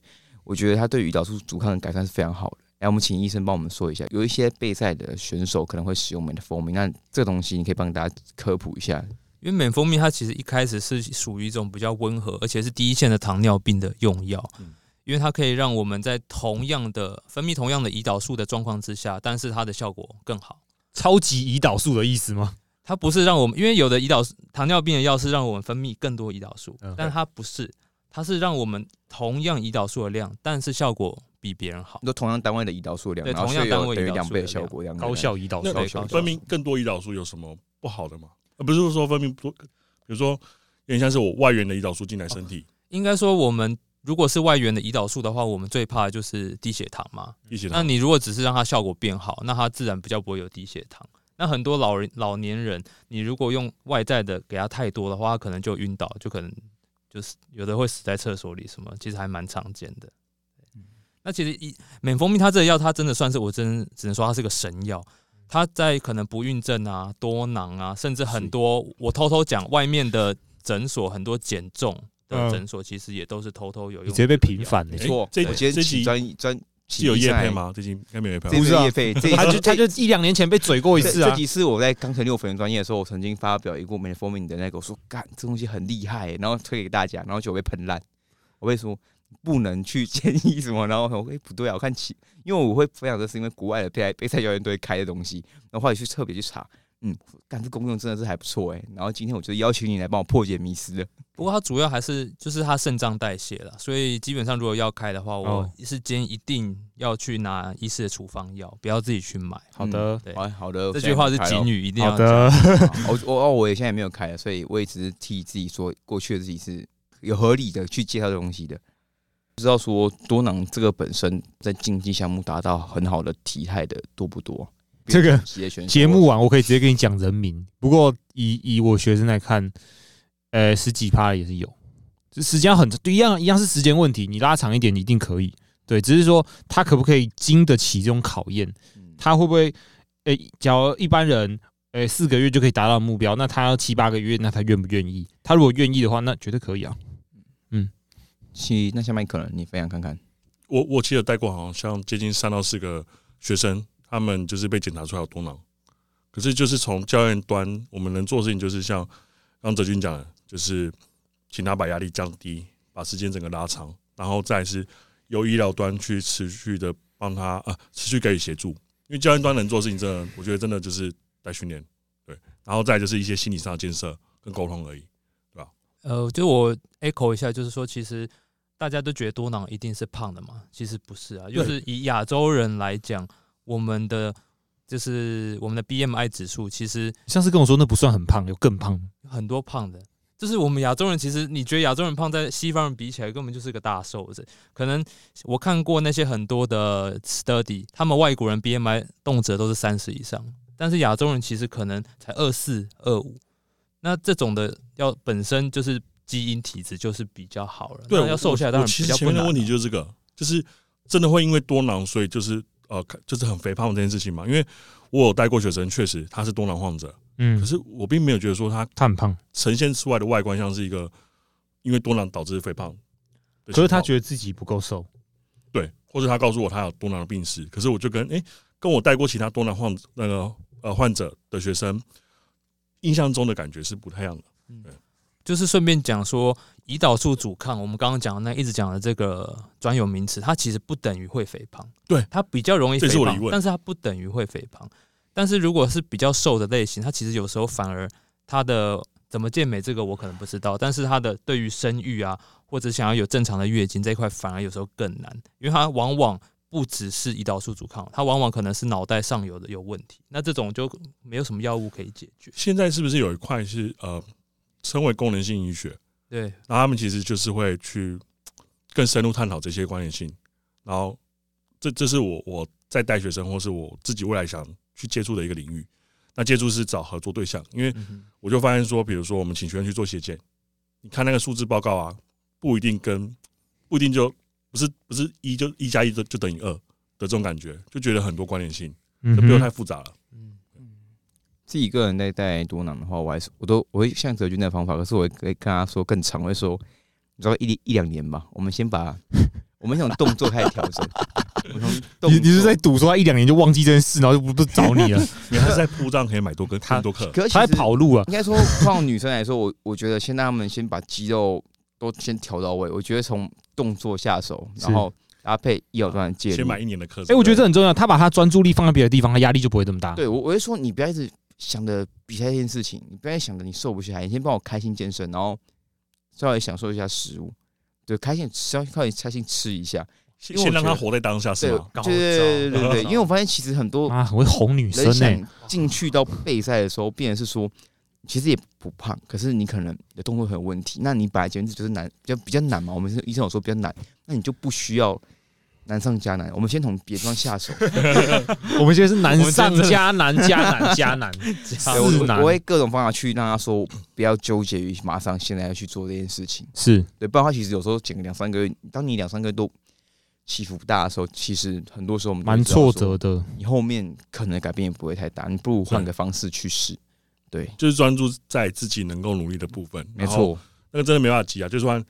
我觉得它对于胰岛素阻抗的改善是非常好的。来，我们请医生帮我们说一下，有一些备赛的选手可能会使用我们的蜂蜜，那这个东西你可以帮大家科普一下。
因为美蜂蜜它其实一开始是属于一种比较温和，而且是第一线的糖尿病的用药，
嗯
因为它可以让我们在同样的呃分泌同样的胰岛素的状况之下，但是它的效果更好。
超级胰岛素的意思吗？
它不是让我们，因为有的胰岛素糖尿病的药是让我们分泌更多胰岛素，
嗯
但它不是，它是让我们同样胰岛素的量，但是效果比别人好。
都同样单位的胰岛素量，
对
然后
同样
却有
单位
等于
胰岛
两
素
倍
的
的效
量
果，这样子
高效胰岛素
那，
高效
对
分泌更多胰岛素有什么不好的吗？呃，不是说分泌多，比如说有点像是我外源的胰岛素进来身体，
应该说，我们如果是外源的胰岛素的话，我们最怕的就是低血糖嘛。
一起
那
来
你如果只是让它效果变好，那它自然比较不会有低血糖。那很多老人老年人，你如果用外在的给他太多的话，他可能就晕倒，就可能就是有的会死在厕所里，什么其实还蛮常见的。那其实一美蜂蜜它这个药，它真的算是我真只能说它是个神药。它在可能不孕症啊、多囊啊，甚至很多我偷偷讲，外面的诊所很多减重的
嗯
诊所，其实也都是偷偷有用。
你直接被平反了
没
诶
错。
这
我今
这
天
集
起专专起
是有
业
叶配？吗？最近应该没有叶配
这
吧。
不
是
是啊
业配，这一集
他 就他就一两年前被嘴过一
这
次啊
这，集是我在刚成立我粉丝专业的时候，我曾经发表一过美蜂蜜的那个，我说干这东西很厉害、然后推给大家，然后就被喷烂。我被说不能去 建议什么，然后我说哎、不对啊，我看起，因为我会分享这是因为国外的备赛备赛教练都会开的东西，然后后来去特别去查，嗯，干这功用真的是还不错哎、然后今天我就邀请你来帮我破解迷思了。
不过它主要还是就是它肾脏代谢了，所以基本上如果要开的话，我
哦
是建议一定要去拿医师的处方药，不要自己去买。
好的，
对
好好的，
这句话是
金
警语，一定要
好
讲。
的，
好我 我哦，我也现在也没有开了，所以我也只是替自己说，过去的自己是有合理的去介绍这东西的。不知道说多囊这个本身在竞技项目达到很好的体态的多不多？
这个
职业选手
节目啊完我可以直接跟你讲人名，不过以以我学生来看，呃，十几趴也是有，只是时间很一样一样是时间问题，你拉长一点你一定可以，对，只是说他可不可以经得起这种考验，
嗯
他会不会，呃，假如一般人。呃，四个月就可以达到目标，那他要七八个月，那他愿不愿意？他如果愿意的话，那绝对可以啊。
其那下面可能你分享看看，
我我其实有带过，好像接近三到四个学生，他们就是被检查出来有多囊。可是就是从教练端，我们能做的事情就是像刚哲军讲的，就是请他把压力降低，把时间整个拉长，然后再是由医疗端去持续的帮他啊，持续给予协助。因为教练端能做的事情，真的我觉得真的就是在训练，对，然后再就是一些心理上的建设跟沟通而已。
呃，就我 echo 一下，就是说，其实大家都觉得多囊一定是胖的嘛，其实不是啊。就是以亚洲人来讲，我们的就是我们的 BMI 指数其实
上次跟我说那不算很胖，有更胖。
很多胖的，就是我们亚洲人，其实你觉得亚洲人胖，在西方人比起来根本就是个大瘦子。可能我看过那些很多的 study，他们外国人 BMI 动辄都是三十以上，但是亚洲人其实可能才二四、二五。那这种的要本身就是基因体质就是比较好了，
对，
那要
我
瘦下来
我
当
我
然
其
比
实
较
前
困
面
难
的
啊。
问题就是这个，就是真的会因为多囊，所以就是呃，就是很肥胖这件事情嘛。因为我有带过学生，确实他是多囊患者，
嗯
可，是我并没有觉得说他
他很胖，
呈现出来的外观像是一个因为多囊导致肥胖的情况。
可是他觉得自己不够瘦。
对，或者他告诉我他有多囊的病史，可是我就跟诶，跟我带过其他多囊患那个呃患者的学生，印象中的感觉是不太一样的。
就是顺便讲说，胰岛素阻抗，我们刚刚讲的那一直讲的这个专有名词，它其实不等于会肥胖，
对
它比较容易肥
这是我的
胖
疑，问
但是它不等于会肥胖。但是如果是比较瘦的类型，它其实有时候反而它的怎么健美这个我可能不知道，但是它的对于生育啊，或者想要有正常的月经这一块，反而有时候更难，因为它往往不只是胰岛素阻抗，它往往可能是脑袋上游的有问题，那这种就没有什么药物可以解决。
现在是不是有一块是呃称为功能性医学？
对，
那他们其实就是会去更深入探讨这些关联性，然后这这是我我在带学生或是我自己未来想去接触的一个领域。那接触是找合作对象，因为
嗯哼
我就发现说，比如说我们请学生去做斜建，你看那个数字报告啊，不一定跟不一定就不是不是一就一加一就就等于二的这种感觉，就觉得很多关联性，
嗯
这不用太复杂了。
嗯，
自己个人在带多囊的话，我还是我都我会像哲君的方法，可是我会跟跟他说更长，我会说，你知道一一两年吧，我们先把我们先从动作开始调 整，我们从动
你你是
作
在赌说他一两年就忘记这件事，然后就不不找你 了？
因为他是在铺账可以买多跟更多课，
可是
他
其
在
实
跑路啊？
应该说，放女生来说，我我觉得先让他们先把肌肉都先调到位。我觉得从动作下手，
是
然后搭配医疗端的介
先
入
买。一年的课程。
哎、我觉得这很重要。他把他专注力放在别的地方，他压力就不会这么大。，
对我，我会说你不要一直想着比赛这件事情，你不要一直想着你瘦不下来，你先帮我开心健身，然后稍微享受一下食物，对，开心稍微开心吃一下。
先
因为
先
我
让他
觉得
活在当下是
对
吗？
高，
对对对
高
对，
招
因为我发现其实很多
啊，很会哄女生欸
人
呢、
想进去到备赛的时候，变成是说，其实也不胖，可是你可能你的动作很有问题，那你本来减脂就是难，比较比较难嘛。我们是医生有说比较难，那你就不需要难上加难。我们先从别的地方下 手，
我们现在是
我
难
们
上
真的
加难加难加难，
加
对我
是难
我会各种方法去让他说不要纠结于马上现在要去做这件事情。
是
对，不然他其实有时候减个两三个月，当你两三个月都起伏不大的时候，其实很多时候我们都会
蛮
知道
挫
说
折的。
你后面可能改变也不会太大，你不如换个方式去试。对，
就是专注在自己能够努力的部分。
没，错，
那个真的没办法急啊，就算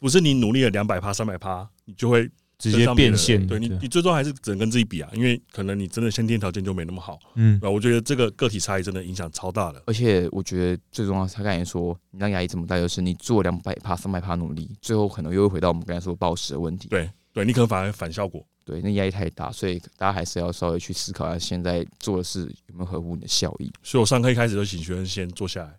不是你努力了两百趴、三百趴，你就会
直
跟
接
上别人
变现，
对你，你最终还是只能跟自己比啊，因为可能你真的先天条件就没那么好。
嗯，
那我觉得这个个体差异真的影响超大的。
而且我觉得最重要，他刚才说你让压力这么大，就是你做两百趴、三百趴努力，最后可能又会回到我们刚才说暴食的问题。
对对你可能反而反效果。
对，那压力太大，所以大家还是要稍微去思考一下，现在做的事有没有合乎你的效益。
所以我上课一开始就请学生先坐下来，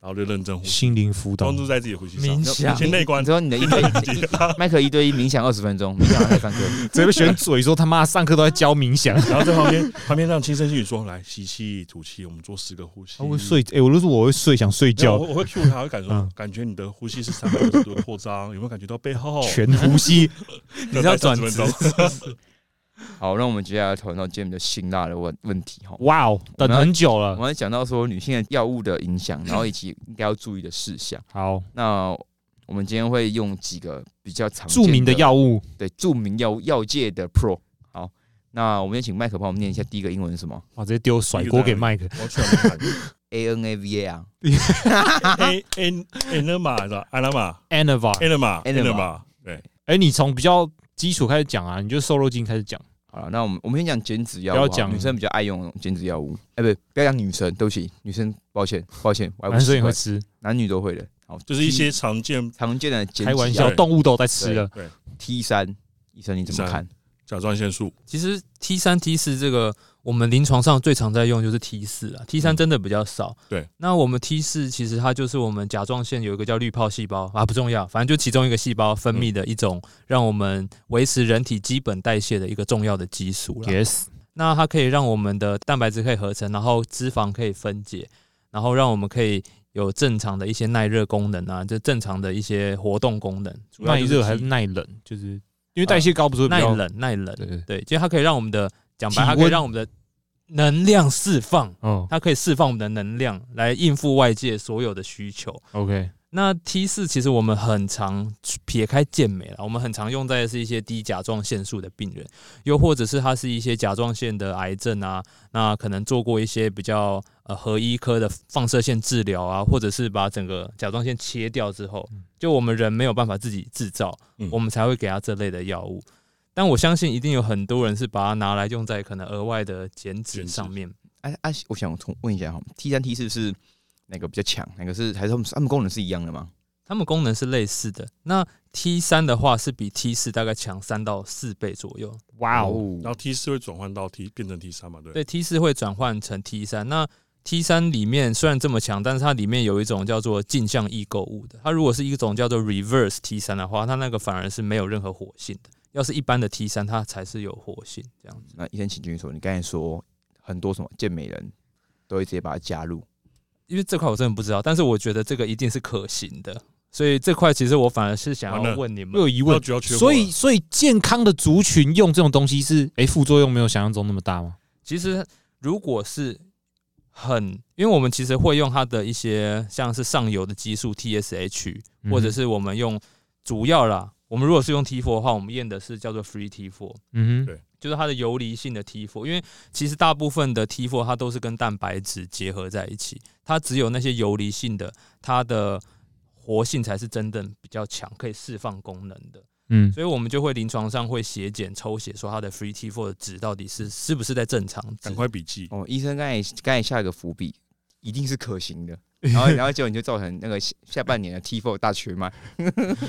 然后就认真呼吸，
心灵辅导
专，注在自己的呼吸
冥
上。
想
先内观
你知道你的一对一，麦克一对一冥想二十分钟，冥想完再上课。
直接被选嘴说他妈上课都在教冥想，
然后在旁边 旁边让轻声细语说：“来，吸气，吐气，我们做十个呼吸。”
他会睡，哎，我都说我会睡，想睡
没有。
觉
我，我会 cue 他，会感受
嗯
感觉你的呼吸是三百六十度的扩张，有没有感觉到背后？
全呼吸，
你是要转
30
职
分钟
好，那我们接下来讨论到今天比较辛辣的问问题哈。
哇哦，等很久
我
了。
们讲到说女性的药物的影响，然后以及应该要注意的事项。
好，
那我们今天会用几个比较常见
著名的药物
对著名药物药界的 Pro。好，那我们先请麦克帮我们念一下第一个英文是什么
哇，直接丢甩锅给麦克，
我去哪里
？A N A V A 啊
看？A A A 那玛是吧？安拉玛
a n a v a
A 那玛 A
Enema
那玛，对，
哎，你从比较基础开始讲啊，你就瘦肉精开始讲，
好了，那我们我们先讲减脂药物
不
好
要
了，
讲
女生比较爱用减脂药物。哎，不，不要讲女生，对不起，女生，抱歉，抱歉，哎我还不
男生也会
习
吃，
惯男女都会的。好，
就是一
T-
些常见
常见的减脂
开玩
药
笑，啊
物
对
动物都在吃了。
对
T 三，医生你怎么
T3
看？
甲状腺素。
其实 T 三 T 四这个，我们临床上最常在用就是 T 四啊，T 三真的比较少。
对，
那我们 T 四其实它就是我们甲状腺有一个叫滤泡细胞啊，不重要，反正就其中一个细胞分泌的一种，让我们维持人体基本代谢的一个重要的激素啦。
Yes，
那它可以让我们的蛋白质可以合成，然后脂肪可以分解，然后让我们可以有正常的一些耐热功能啊，就正常的一些活动功能，主要
耐
就是
热还是
T-
耐冷，就是因为代谢高，不是会比
耐
较
冷耐冷。
对对，对
对，就它可以让我们的讲白，
体
它可以
温
让我们的能量释放，
嗯
它可以释放我们的能量来应付外界所有的需求。
，OK，
那 T 四其实我们很常撇开健美了，我们很常用在的是一些低甲状腺素的病人，又或者是它是一些甲状腺的癌症啊，那可能做过一些比较呃核医科的放射线治疗啊，或者是把整个甲状腺切掉之后，就我们人没有办法自己制造，
嗯
我们才会给他这类的药物。但我相信一定有很多人是把它拿来用在可能额外的减脂
减脂
上面。
哎哎，我想重问一下哈，T 三 T 四是哪个比较强？哪个是还是他们他们功能是一样的吗？
它们功能是类似的。那 T 三的话是比 T 四大概强三到四倍左右。
哇哦，
然后 T 四会转换到 T 变成 T 三嘛？对，
对，T 四会转换成 T 三。那 T 三里面虽然这么强，但是它里面有一种叫做镜像异构物的。它如果是一种叫做 reverse T 三的话，它那个反而是没有任何活性的。要是一般的 T 三，它才是有活性这样子。
那医生，请继续说。你刚才说很多什么健美人都会直接把它加入，
因为这块我真的不知道，但是我觉得这个一定是可行的。所以这块其实我反而是想
完
要
了
问你们
又，有疑
要
问，
主要缺货了。
所以所以健康的族群用这种东西是，哎，副作用没有想象中那么大吗？
其实如果是很，因为我们其实会用它的一些像是上游的激素 TSH，
嗯哼
或者，是我们用主要啦，我们如果是用 T4 的话，我们验的是叫做 free T4，
嗯
对
哼，
就是它的游离性的 T4，因为其实大部分的 T4 它都是跟蛋白质结合在一起，它只有那些游离性的，它的活性才是真正比较强，可以释放功能的。
嗯，
所以我们就会临床上会血检抽血，说它的 free T4 的值到底是是不是在正常值
赶。快笔记。
哦，医生刚才刚才下一个伏笔，一定是可行 的。然后，然后结果你就造成那个下下半年的 T4 大缺麦。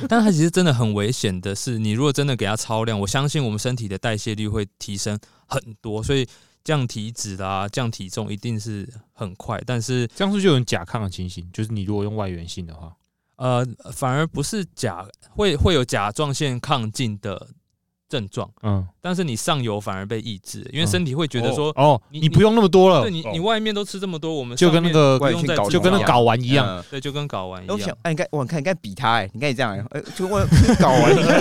但它其实真的很危险的是，你如果真的给它超量，我相信我们身体的代谢率会提升很多，所以降体脂啦、降体重一定是很快。但是
这样是不是就有种甲亢的情形，就是你如果用外源性的话，
呃，反而不是甲会会有甲状腺亢进的症状，
嗯，
但是你上游反而被抑制，因为身体会觉得说，
哦，
你
你不用那么多了
对，你
哦
你外面都吃这么多，我们
就跟
上
那
面
个
不用再
外面
就跟那
搞
搞完一样，
嗯
对，就跟搞完一
哎我
样
想，。哎，你看，我看，你看，比他，哎，你看你这样，哎，哎就我搞完了，因为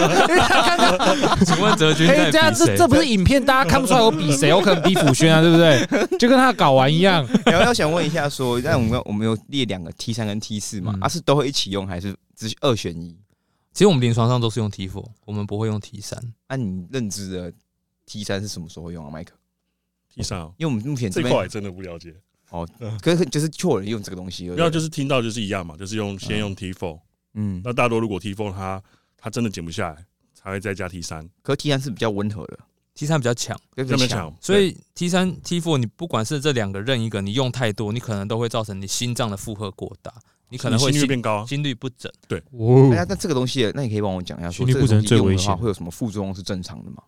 他看到
请问哲君
哎，
在
这样
比
这
谁？
这不是影片，大家看不出来我比谁，我可能比辅 轩啊，对不对？就跟他搞完一样，
然后要想问一下说，那我们我们有列两个 T 三跟 T 四嘛
嗯？
啊，是都会一起用，还是只二选一？
其实我们临床上都是用 T four，我们不会用 T 三。
按、啊你认知的 T 三是什么时候会用啊，麦克？
T 三哦，
因为我们目前这
这
边
块，我还真的不了解。
可是就是就有人用这个东西而已，
没有，就是听到就是一样嘛，就是用先用 T four，
嗯，
那大多如果 T four 它它真的减不下来，才会再加 T 三，
可是 T 三是比较温和的，
T 三比较强，
对不
这么
对？
强，
所以 T 三、T four 你不管是这两个任一个，你用太多，你可能都会造成你心脏的负荷过大，你可能会
你心率
心
变高啊。
心率不整。
哎呀
哦，
那这个东西，那你可以帮我讲一下，说
心律
这
不
个东
整
西
最
用
危
的话
险
会有什么副作用是正常的吗？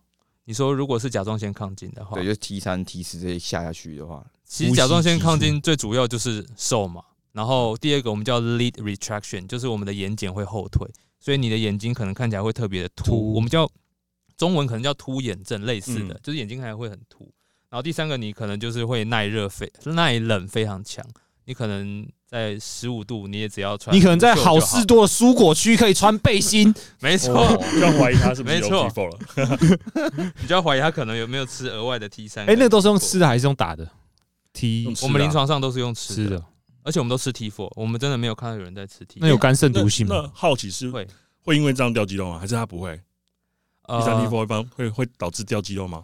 你说如果是甲状腺亢进
啊
的话
对，，就是 T 三、T 四这些下下去的话，
其实甲状腺亢进最主要就是瘦嘛，然后第二个我们叫 lid retraction，就是我们的眼睑会后退，所以你的眼睛可能看起来会特别的
凸
凸，我们叫中文可能叫凸眼症类似的，
嗯
就是眼睛看起来会很凸。然后第三个，你可能就是会耐热非耐冷非常强，你可能在十五度，你也只要穿
你可能在
袖就
好事多的蔬果区可以穿背心，
没错，
哦
就要怀疑它是不是
没
有 T
错
four 了。
你就要怀疑他可能有没有吃额外的 T 三。
哎，那个都是用吃的还是用打的？T
用吃
我们
的啊
临床上都是用吃
吃
的，
的，
而且我们都吃 T four，我们真的没有看到有人在吃 T。
那有肝肾毒性
那
吗？
那好奇是
会
会因为这样掉肌肉吗？还是它不会？T
啊呃
三 T four 一般会会导致掉肌肉吗？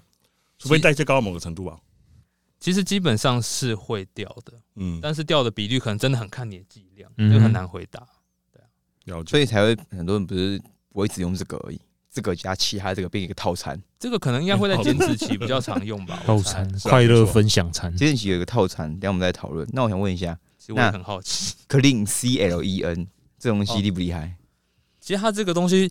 除非代谢高到某个程度啊吧。
其实基本上是会掉的，
嗯，
但是掉的比率可能真的很看你的剂量，
嗯哼
这个很难回答。
了解。
所以才会很多人不是不会只用这个而已，这个加其他这个变一个套餐。
这个可能应该
哎
会在减脂期比较常 用吧。
套
我猜
餐，
是啊
快乐
没错
分享餐，
今天其实有一个套餐，等一下我们再讨论。那我想问一下
其实我也很好奇。
，Clean C L E N 这东西厉不厉
哦
害？
其实它这个东西，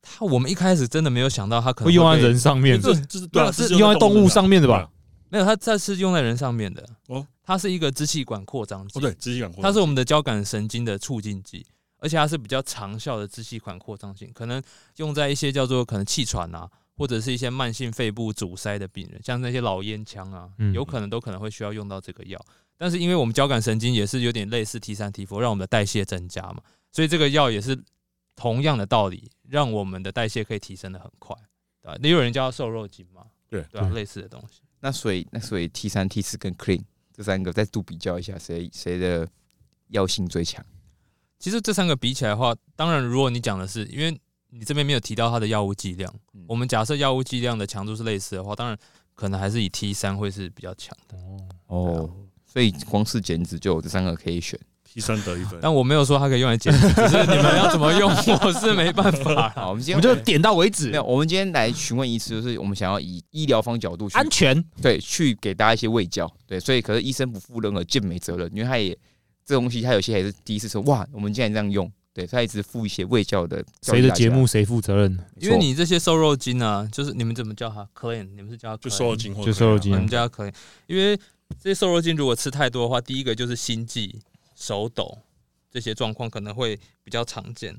它我们一开始真的没有想到它可能
会用在
被
人上面，
这这是对啊，
那是
这
用在动物上面的
对
吧
啊？
没有，它它是用在人上面的。
哦
哦，它是一个支气管扩张剂，
哦，对，支气管扩
它
张
是我们的交感神经的促进剂，而且它是比较长效的支气管扩张性，可能用在一些叫做可能气喘啊，或者是一些慢性肺部阻塞的病人，像那些老烟枪啊
嗯，
有可能都可能会需要用到这个药。但是因为我们交感神经也是有点类似 T 三 T 4，让我们的代谢增加嘛，所以这个药也是同样的道理，让我们的代谢可以提升的很快，对吧？也有人叫它瘦肉精嘛，
对
对吧、
对
类似的东西。
那所以那所以 T 三、T 四跟 Clean 这三个再度比较一下，谁谁的药性最强？
其实这三个比起来的话，当然，如果你讲的是，因为你这边没有提到它的药物剂量，
嗯
我们假设药物剂量的强度是类似的话，当然可能还是以 T 三会是比较强的。
哦，所以光是减脂就有这三个可以选。
提升得一分。
但我没有说它可以用来减脂，只是你们要怎么用，我是没办法啦。
好，我们今
我
天
们就点到为止
没，有，我们今天来询问医师，就是我们想要以医疗方角度去
安全。
对去给大家一些卫教，对，所以可是医生不负任何健美责任，因为他也这东西他有些也是第一次说哇，我们竟然这样用，对，所以他一直负一些卫教的教育
谁的
大家
节目谁负责任？
没
因
错
为你这些瘦肉精啊，就是你们怎么叫它 clean，你们是叫它
就
clean
瘦肉精或者
就瘦肉精
我们叫它 clean，因为这些瘦肉精如果吃太多的话，第一个就是心悸、手抖这些状况可能会比较常见。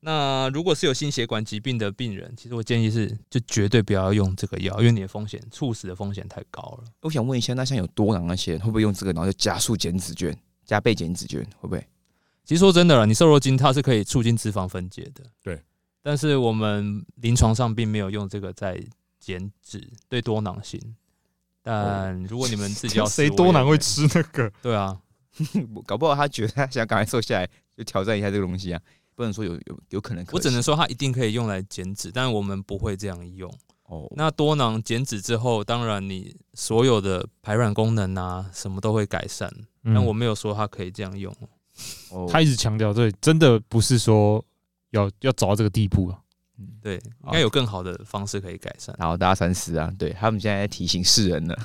那如果是有心血管疾病的病人，其实我建议是就绝对不要用这个药，因为你的风险猝死的风险太高了。
我想问一下，那像有多囊那些人会不会用这个，然后就加速减脂券、加倍减脂券，会不会？
其实说真的了，你瘦肉精它是可以促进脂肪分解的，
对。
但是我们临床上并没有用这个在减脂，对多囊性。但如果你们自己要吃
哦 谁多难
我也
会吃那个？
对啊，
搞不好他觉得他想赶快瘦下来，就挑战一下这个东西啊，不能说有有有可能可
我只
行
能说它一定可以用来减脂，但我们不会这样用。
哦，
那多囊减脂之后，当然你所有的排卵功能啊，什么都会改善。
嗯
但嗯我没有说它可以这样用。
哦
他一直强调，对，真的不是说要要走到这个地步啊。
嗯
对，应该有更好的方式可以改善。
然后大家三思啊，对他们现在在提醒世人了，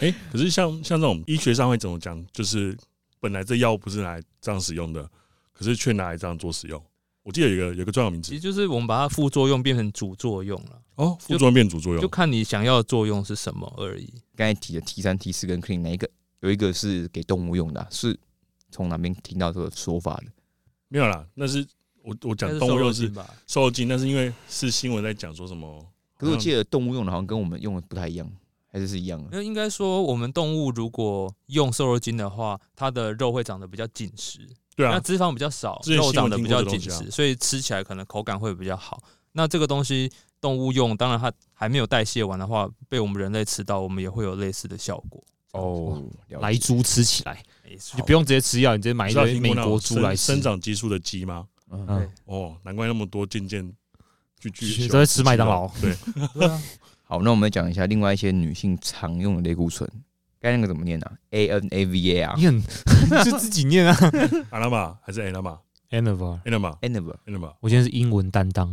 哎，可是像像这种医学上会怎么讲？就是本来这药不是拿来这样使用的，可是却拿来这样做使用。我记得有一个有一个专有名
其
词
实就是我们把它副作用变成主作用了，
哦，副作用变主作
就
用。
看你想要的作用是什么而已。
刚才提的 T 三、T 四跟 Clean 哪一个有一个是给动物用的啊、是从哪边听到这个说法的？
没有啦，那是我我
应该
讲
是
动
瘦
物
肉
肉是
精吧？
瘦肉精，嗯但是因为是新闻在讲说什么，
可是我记
得
得动物用的好像跟我们用的不太一样，还是是一样的。
那应该说，我们动物如果用瘦肉精的话，它的肉会长得比较紧实，
对
那
啊，
脂肪比较少，
之前
肉
新闻
长得比较
听过这
紧
东西啊
实，所以吃起来可能口感会比较好。那这个东西动物用，当然它还没有代谢完的话，被我们人类吃到，我们也会有类似的效果。
哦，了
来
解
猪吃起来，
没
你
错
就不用直接吃药，你直接买一
知道
堆
听
美
过那种
国猪来
生生，
吃
长激素的鸡吗？
嗯
嗯，
哦，难怪那么多渐渐巨巨喜欢
都在吃麦当
鸡肉
劳，
对，
对啊，
好，那我们来讲一下另外一些女性常用的类固醇，该那个怎么念呢、啊、？A N A V A 啊
你很 就自己念啊。
阿拉玛还是 Anama，Anama，Anama
Anavar，
a n a v a
我现在是英文担当，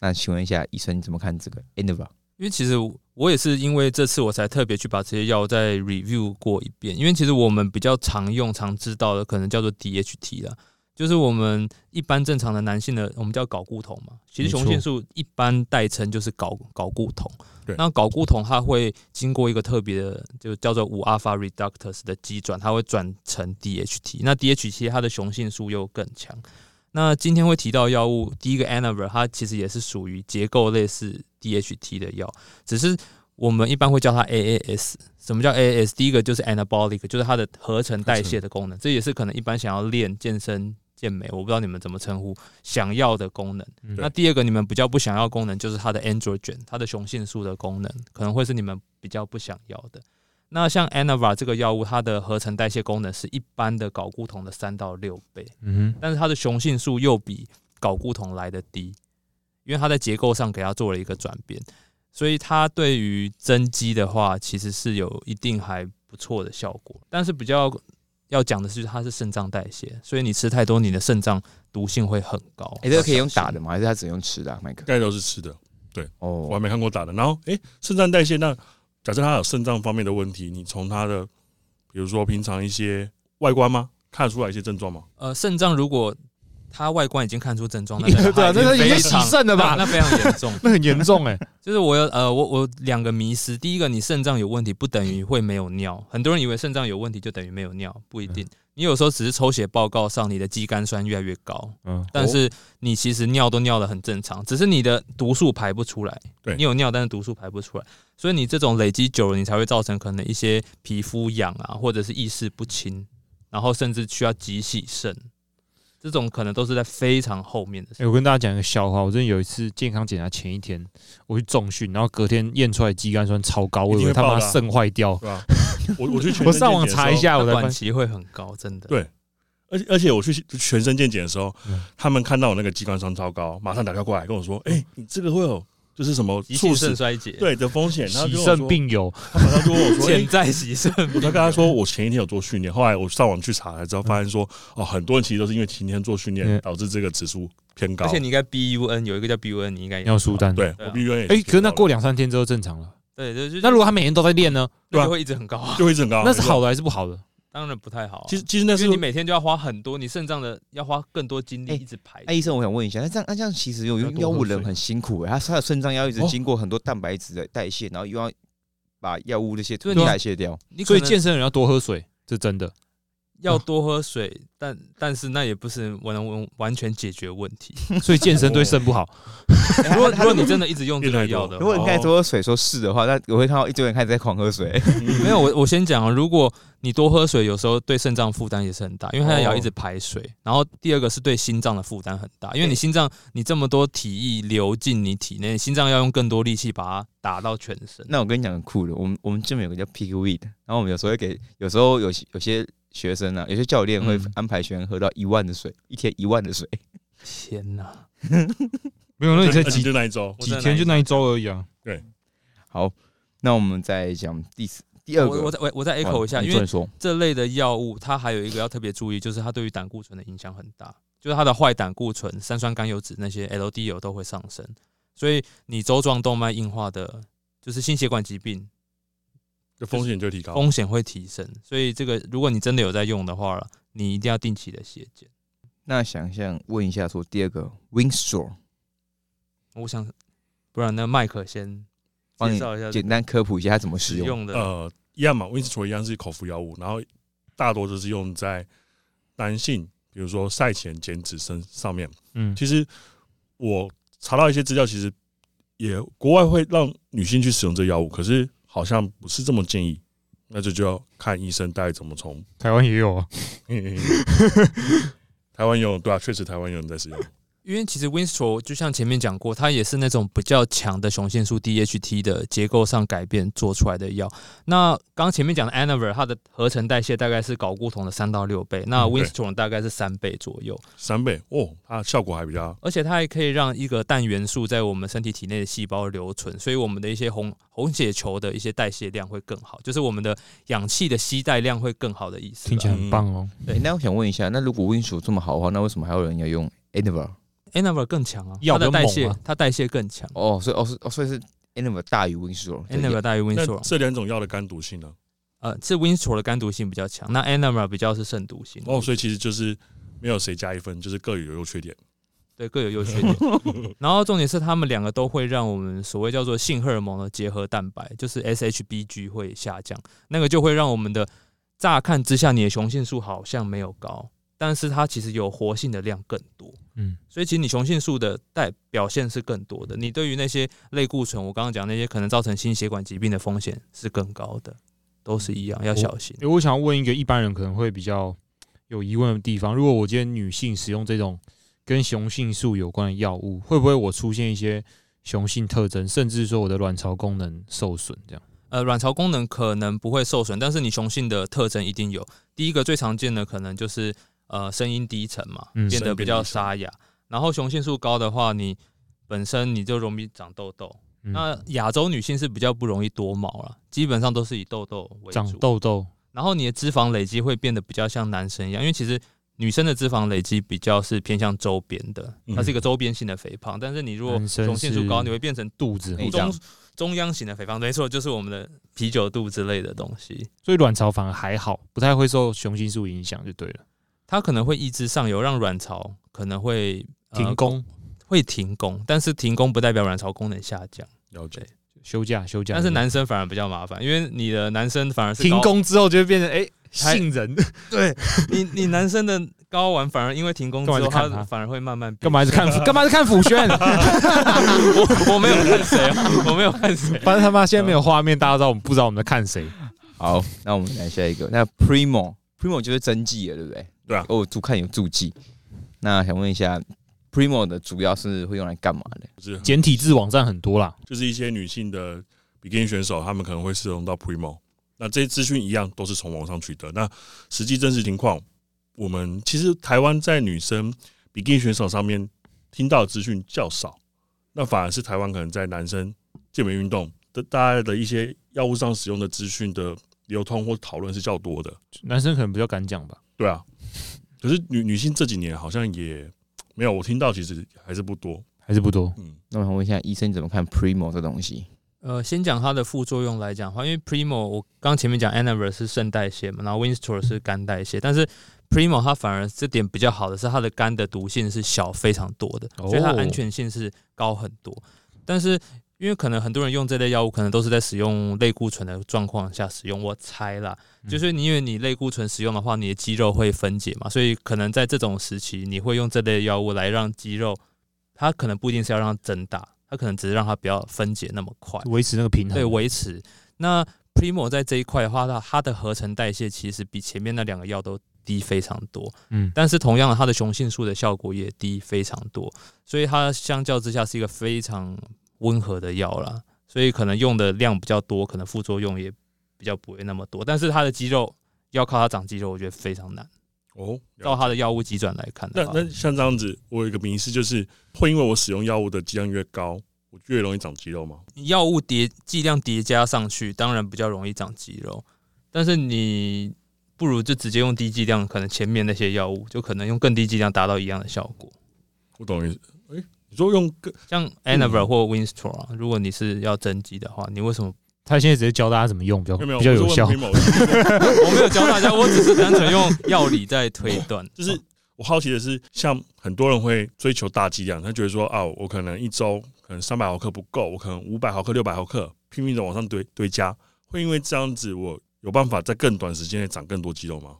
那请问一下医生，你怎么看这个 a n a v a
因为其实我也是因为这次我才特别去把这些药再 review 过一遍，因为其实我们比较常用、常知道的可能叫做 DHT 啦，就是我们一般正常的男性的我们叫睾固酮嘛，其实
没错
雄性素一般代称就是睾睾固酮
对。
那睾固酮它会经过一个特别的，就叫做五 alpha reductase 的基转，它会转成 DHT。那 DHT 它的雄性素又更强。那今天会提到药物，第一个 Anaver 它其实也是属于结构类似 DHT 的药，只是我们一般会叫它 AAS。什么叫 AAS？第一个就是 anabolic，就是它的合成代谢的功能，这也是可能一般想要练健身、健美，我不知道你们怎么称呼，想要的功能。
嗯
那第二个你们比较不想要的功能就是它的 androgen，它的雄性素的功能可能会是你们比较不想要的。那像 Anava 这个药物，它的合成代谢功能是一般的睾固酮的三到六倍，
嗯哼，
但是它的雄性素又比睾固酮来的低，因为它在结构上给它做了一个转变，所以它对于增肌的话，其实是有一定还不错的效果。但是比较要讲的是，它是肾脏代谢，所以你吃太多，你的肾脏毒性会很高。
哎、这个可以用
要小心
打的吗？还是它只能用吃的、啊？麦克？
盖都是吃的，我还
哦，
没看过打的。然后，诶，肾脏代谢，那假设他有肾脏方面的问题，你从他的，比如说平常一些外观吗，看得出来一些症状吗？
呃，肾脏如果它外观已经看出症状，那
对啊
代表它
那已经
非常
洗肾了吧
那那非常严重。
那很严重哎，
就是我有呃，我我两个迷失。第一个，你肾脏有问题不等于会没有尿，很多人以为肾脏有问题就等于没有尿，不一定。
嗯
你有时候只是抽血报告上你的肌酐酸越来越
哦
高，
嗯，
但是你其实尿都尿得很正常，只是你的毒素排不出来。
对
你有尿，但是毒素排不出来，所以你这种累积久了，你才会造成可能一些皮肤痒啊，或者是意识不清，然后甚至需要急洗肾，这种可能都是在非常后面的事。
欸我跟大家讲一个笑话，我真的有一次健康检查前一天，我去重训，然后隔天验出来肌酐酸超高，我以
一定
为
会
他
爆
妈
的啊
肾坏掉，
对吧？我我去全身
我上网
健检的时候
查一，下，我才
它
发
短
现
期会很高，真的。
对而且而且我去全身健检的时候
嗯，
他们看到我那个肌酐酸超高，马上打电话过来跟我说：“诶，你这个会有就是什么
急
猝
性
死
肾衰竭，，
对的风险。”然后
洗
就跟我
肾
说，
病友，
他马上就问我说：“诶
潜在急肾
我就跟他说，我前一天有做训练，后来我上网去查才知道，发现说哦，很多人其实都是因为前一天做训
嗯
练导致这个指数偏高
而。且你应该 BUN 有一个叫 BUN，你应该也
尿素氮。，
对，
对啊
我必须哎
哎、可是那过两三天之后正常了。
对，就就
那如果他每天都在练呢？
那
对啊
就会一直很高啊，
就会一直很高，
那是好的还是不好的？
当然不太好啊。
其实其实那
因
是嗯
为你每天就要花很多，你肾脏的要花更多精力
哎
一直排。
那、医生，我想问一下，那这样那这样其实有
要多
药物
喝水
人很辛苦哎、他他的肾脏要一直
哦
经过很多蛋白质的代谢，然后又要把药物这些
就是你
代谢掉。
你可
所以
能
健身人要多喝水，这真 的。
要多喝水，但但是那也不是我能完完全解决问题。
所以健身对肾不好。
如果如果你真的一直用这个
越来越多
药的
如果
话，
你开始多喝水说是的话，那我会看到一堆人开始在狂喝水。
嗯
没有我我先讲啊，如果你多喝水，有时候对肾脏负担也是很大，因为它
哦
要一直排水。然后第二个是对心脏的负担很大，因为你心脏你这么多体液流进你体内，心脏要用更多力气把它打到全身。
那我跟你讲个酷的，我们我们这边有个叫 Pig Weed，然后我们有时候会给，有时候有有些学生啊，有些教练会
嗯
安排学生喝到一万的水，一天一万的水。
天哪！
没有，那你才几
就那一周，
我
几
在哪
天
里
就那一周而已啊。
好，那我们再讲第四第
我
二
我
个
再我我再 echo 一下，
你
因
准
为
说
这类的药物它还有一个要特别注意，就是它对于胆固醇的影响很大，就是它的坏胆固醇、三酸甘油脂那些 LDL 都会上升，所以你周状动脉硬化的，就是心血管疾病，
就风险就提高。
风险会提升，所以这个如果你真的有在用的话了，你一定要定期的血检。
那想象问一下说第二个 Winstore，
我想，不然那麦克先
帮
介
你
绍一下
简单科普一下它怎么使
使
用。
用的，
呃，一样嘛 w i n s t o r 一样是口服药物，然后大多都是用在男性比如说赛前减脂身上面，
嗯，
其实我查到一些资料，其实也国外会让女性去使用这药物，可是好像不是这么建议。那这就要看医生大概怎么从
台湾也有啊，
台湾有对啊，确实台湾有人在使用，
因为其实 Winstrol 就像前面讲过，它也是那种比较强的雄性素 DHT 的结构上改变做出来的药。那刚前面讲的 Anaver，它的合成代谢大概是睾固酮的三到六倍，那
嗯对
Winstrol 大概是三倍左右。
三倍哦，它效果还比较
而且它还可以让一个氮元素在我们身体体内的细胞留存，所以我们的一些红红血球的一些代谢量会更好，就是我们的氧气的吸带量会更好的意思啊
听
啦。
起来很棒哦。
对，那我想问一下，那如果 Win 数这么好的话，那为什么还有人要用 Anaver？
Anaver 更强啊，
药
它的
比较
代
猛
谢、
啊
它代谢更强
哦，所以哦是哦所以是 Anaver 大于 Win 数
，Anaver 大于
那
Winstrol，
这两种药的干毒性呢？
呃，是 Winstrol 的干毒性比较强，那 Anaver 比较是肾毒性
哦，所以其实就是没有谁加一分，就是各有优缺点。
对，各有优缺点。然后重点是，他们两个都会让我们所谓叫做性荷尔蒙的结合蛋白，就是 SHBG 会下降，那个就会让我们的乍看之下，你的雄性素好像没有高，但是它其实有活性的量更多。
嗯，
所以其实你雄性素的代表现是更多的，你对于那些类固醇，我刚刚讲那些可能造成心血管疾病的风险是更高的，都是一样要小心。
欸，我想要问一个一般人可能会比较有疑问的地方：如果我今天女性使用这种跟雄性素有关的药物，会不会我出现一些雄性特征，甚至说我的卵巢功能受损？这样，
呃，卵巢功能可能不会受损，但是你雄性的特征一定有。第一个最常见的可能就是呃声音低沉嘛，
嗯
变
声
得
音
比
变
较
低沉
沙哑。然后雄性素高的话，你本身你就容易长痘痘。
嗯
那亚洲女性是比较不容易多毛了，基本上都是以痘痘为主。
长痘痘，
然后你的脂肪累积会变得比较像男生一样，因为其实女生的脂肪累积比较是偏向周边的，它是一个周边性的肥胖。但是你如果
嗯男生
雄性素高，
是
你会哎变成
肚子
内
会，
脏
中中央型的肥胖，没错，就是我们的啤酒肚之类的东西，
所以卵巢反而还好，不太会受雄性素影响，就对了。
它可能会抑制上游，让卵巢可能会、呃
停工、
会停工，但是停工不代表卵巢功能下降，
了解
对，
休假、休假。
但是男生反而比较麻烦，因为你的男生反而是
停
高，
工之后就会变成哎、欸
还
性人，
对你你男生的睾丸反而因为停工之后，
干嘛一直看
它
他
反而会慢慢变
干嘛是看干嘛是看辅轩？
我我没有看谁啊，我没有看谁，
反正他妈现在没有画面，大家知道我们不知道我们在看谁？
好，那我们来下一个。那 Primo Primo 就是针剂了，对不对？
对啊
哦，注看有注记。那想问一下，Primo 的主要是会用来干嘛的？
就是
简体字网站很多啦，
就是一些女性的比基尼选手，她们可能会使用到 Primo。那这些资讯一样都是从网上取得。那实际真实情况，我们其实台湾在女生比基尼选手上面听到的资讯较少，那反而是台湾可能在男生健美运动的大家的一些药物上使用的资讯的流通或讨论是较多的。
男生可能比较敢讲吧。
对啊，可是女女性这几年好像也没有，我听到其实还是不多。
还是不多。
嗯，
那我想问一下医生怎么看 Primo 这东西？
呃，先讲它的副作用来讲的话，因为 Primo 我刚前面讲 Anaver 是肾代谢嘛，然后 Winstrol 是肝代谢，但是 Primo 它反而这点比较好的是它的肝的毒性是小非常多的，
哦
所以它安全性是高很多。但是因为可能很多人用这类药物，可能都是在使用类固醇的状况下使用，我猜啦，
嗯
就是你因为你类固醇使用的话，你的肌肉会分解嘛，所以可能在这种时期，你会用这类药物来让肌肉，它可能不一定是要让它增大，它可能只是让它不要分解那么快。
维持那个平衡。
对
嗯
维持。那 Primo 在这一块的话，它它的合成代谢其实比前面那两个药都低非常多，
嗯，
但是同样的，它的雄性素的效果也低非常多，所以它相较之下是一个非常温和的药啦。所以可能用的量比较多，可能副作用也比较不会那么多，但是它的肌肉要靠它长肌肉，我觉得非常难。
哦，
照它的药物机转来看
那
的话，
那像这样子，我有一个迷思，就是会因为我使用药物的剂量越高，我就越容易长肌肉吗？
药物叠剂量叠加上去，当然比较容易长肌肉，但是你不如就直接用低剂量，可能前面那些药物就可能用更低剂量达到一样的效果。
我懂意思。哎、你说用更
像
嗯
Anaver 或 Winstrol，、啊、如果你是要增肌的话，你为什么？
他现在直接教大家怎么用，比较
没有没有
哦比较有效
我。是问 Primo，
哦我没有教大家，我只是单纯用药理在推断， 哦
就是我好奇的是，像很多人会追求大剂量，他觉得说啊，我可能一周可能三百毫克不够，我可能五百毫克、六百毫克拼命的往上堆堆加，会因为这样子我有办法在更短时间内长更多肌肉吗？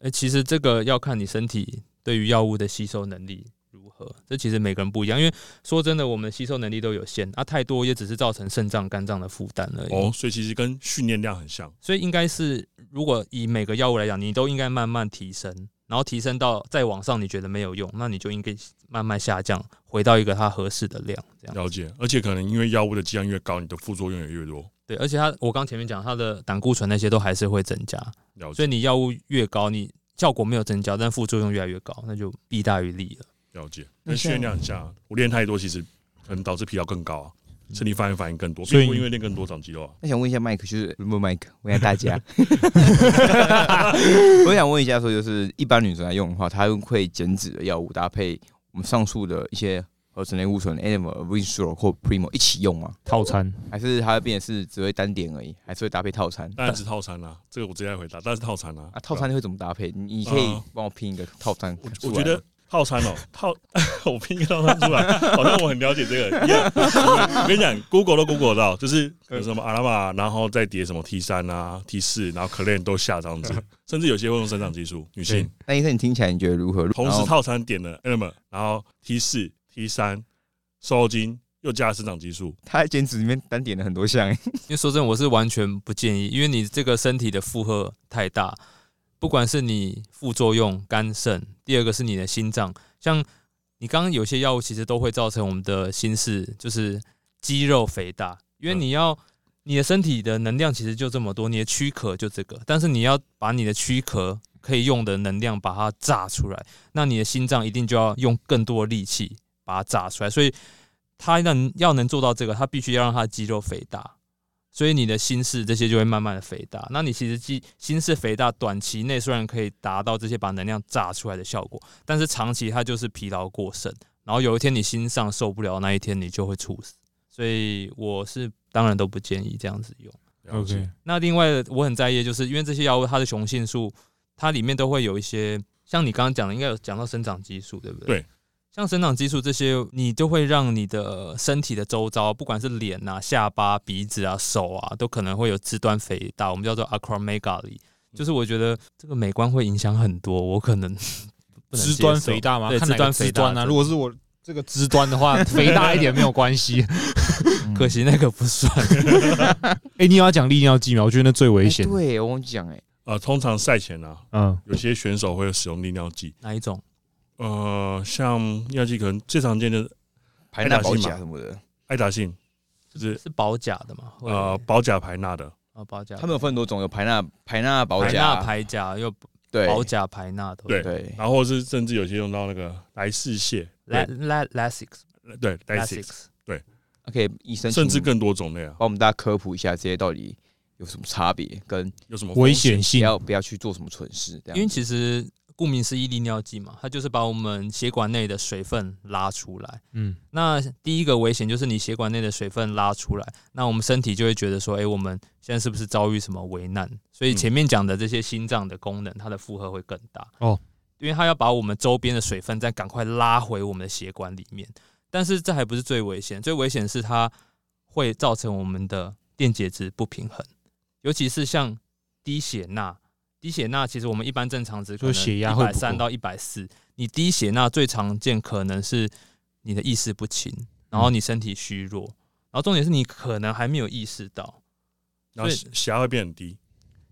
呃，其实这个要看你身体对于药物的吸收能力如何，这其实每个人不一样。因为说真的，我们吸收能力都有限，啊，太多也只是造成肾脏、肝脏的负担而已。
哦，所以其实跟训练量很像。
所以应该是，如果以每个药物来讲，你都应该慢慢提升，然后提升到再往上你觉得没有用，那你就应该慢慢下降，回到一个它合适的量，这样。
了解，而且可能因为药物的剂量越高，你的副作用也越多。
对，而且它我刚前面讲，它的胆固醇那些都还是会增加，
了
所以
解，
你药物越高，你效果没有增加，但副作用越来越高，那就弊大于利了。
了解，
那
跟训练
像
量很像啊。我练太多，其实可能导致疲劳更高啊，
嗯
身体发炎反应更多，
所以
并不因为练更多长肌肉啊。
那想问一下麦克，就是有没有麦 克？问一下大家，我想问一下，说就是一般女生来用的话，她会减脂的药物搭配我们上述的一些合成类固醇 Animal、v i s u r 或 Primo 一起用吗？
套餐
还是它会变成是只会单点而已，还是会搭配套餐？
当然是套餐啦、这个我直接来回答，当然是套餐啦、
啊，套餐会怎么搭配？你你可以
啊
帮我拼一个套餐
我
出
我
来吗。
觉得套餐哦、 套我拼一个套餐 出来，好像我很了解这个一样。我跟你讲，Google 都 Google 得到，就是有什么阿拉玛，然后再叠什么 T 三啊、T 四，然后 c l a n 都下这样子，
嗯
甚至有些会用生长激素，女性
对
那医生，你听起来你觉得如何？
同
然
时
后
套餐点了 Element，然后 T 四、T 三、瘦肉精，又加了生长激素，
它在减脂里面单点了很多 项，欸
因为说真的，我是完全不建议，因为你这个身体的负荷太大，不管是你副作用、肝肾，第二个是你的心脏，像你刚刚有些药物其实都会造成我们的心室就是肌肉肥大，因为
嗯
你要、你的身体的能量其实就这么多，你的躯壳就这个，但是你要把你的躯壳可以用的能量把它炸出来，那你的心脏一定就要用更多的力气把它炸出来，所以它能要能做到这个，它必须要让它的肌肉肥大。所以你的心室这些就会慢慢的肥大。那你其实肌心室肥大，短期内虽然可以达到这些把能量炸出来的效果，但是长期它就是疲劳过剩，然后有一天你心脏受不了，那一天你就会猝死。所以我是当然都不建议这样子用。
了解
那另外我很在意，的就是因为这些药物它的雄性素，它里面都会有一些，像你刚刚讲的，应该有讲到生长激素，对不对？
对。
像生长激素这些，你就会让你的身体的周遭，不管是脸啊、下巴、鼻子啊、手啊，都可能会有肢端肥大，我们叫做 acromegaly。就是我觉得这个美观会影响很多，我可能不能接
肢
受
端肥大吗？
对
看哪个
肢端
肢
肥大
端啊？
对
如果是我这个肢端的 话，肥大一点没有关系。
可惜那个不算。
哎，你有要讲利尿剂吗？我觉得那最危
哎
险。
对，我忘记讲哎，
呃，通常赛前啊，
嗯，
有些选手会使用利尿剂，
哪一种？
呃，像利尿剂可能最常见的
排钠
打
保
信
甲
嘛
什么的，
爱达信，就是
是保甲的吗？会
呃，保甲排钠的，
啊，保甲，
他们有分很多种，有排钠、排钠保
排钠、
甲，
排甲又
对，
保甲、排钠都
对
有
对，
然后是甚至有些用到那个莱氏蟹，
La
对
La Lasix
对莱氏，
Lasix，
OK，医生
甚至
请
更多种类啊，
帮我们大家科普一下这些到底有什么差别，跟
有什么
危
风险
险
不
性
要不要去做什么蠢事，这样
因为其实顾名思义，利尿剂嘛，它就是把我们血管内的水分拉出来。
嗯，
那第一个危险就是你血管内的水分拉出来，那我们身体就会觉得说，哎、我们现在是不是遭遇什么危难？
嗯
所以前面讲的这些心脏的功能，它的负荷会更大
哦，
因为它要把我们周边的水分再赶快拉回我们的血管里面。但是这还不是最危险，最危险是它会造成我们的电解质不平衡，尤其是像低血钠。低血钠其实我们一般正常值可能
就是血压
一
会
百
不
三
够
到一百四，你低血钠最常见可能是你的意识不清，然后你身体虚弱，然后重点是你可能还没有意识到
然后血血压会变很低，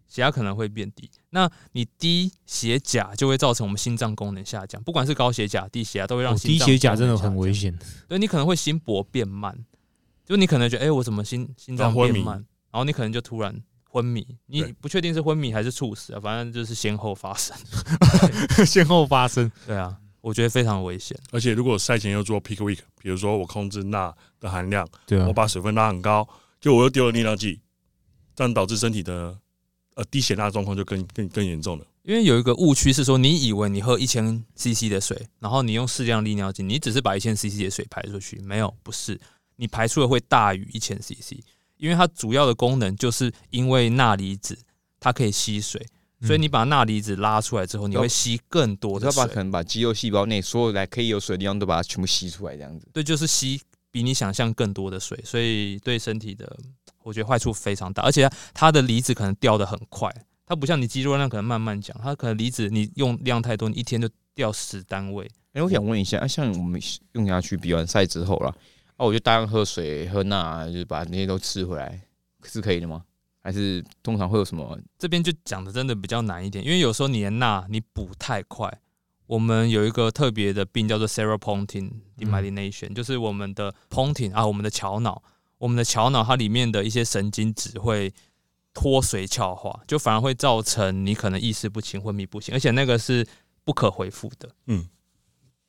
血压可能会变低。那你低血钾就会造成我们心脏功能下降，不管是高血钾、低血压都会让
哦
心
低
脏
血钾
功
真的
能下
很危
降
险。
对你可能会心搏变慢，就你可能觉得，哎、我怎么心心
然
哦
脏
后昏
变
迷
慢，然后你可能就突然昏迷，你
对
不确定是昏迷还是猝死啊，反正就是先后发生。
啊 先后发生。
对啊，我觉得非常危险。
而且如果赛前又做 peak week，比如说我控制钠的含量，
对啊
我，把水分拉很高，就我又丢了利尿剂，这样导致身体的呃低血钠状况就更更更严重了。
因为有一个误区是说，你以为你喝一千 CC 的水，然后你用适量利尿剂，你只是把一千 CC 的水排出去，没有，不是，你排出的会大于一千 CC，因为它主要的功能就是因为钠离子它可以吸水，
嗯
所以你把钠离子拉出来之后，你会吸更多
我
的
要把可
水，
能把肌肉细胞内所有来可以有水的地方都把它全部吸出来，这样子。
对，就是吸比你想象更多的水，所以对身体的我觉得坏处非常大，而且它的离子可能掉的很快，它不像你肌肉量可能慢慢讲，它可能离子你用量太多，你一天就掉十单位。
哎、我想问一下，啊，像我们用下去比完赛之后啦，啊，我就大量喝水、喝钠啊，就是把那些都吃回来，是可以的吗？还是通常会有什么？
这边就讲的真的比较难一点，因为有时候你的钠你补太快。我们有一个特别的病叫做 serotonin demyelination，、就是我们的 pontin 啊，我们的桥脑，我们的桥脑它里面的一些神经质会脱髓鞘化，就反而会造成你可能意识不清、昏迷不醒，而且那个是不可恢复的。
嗯，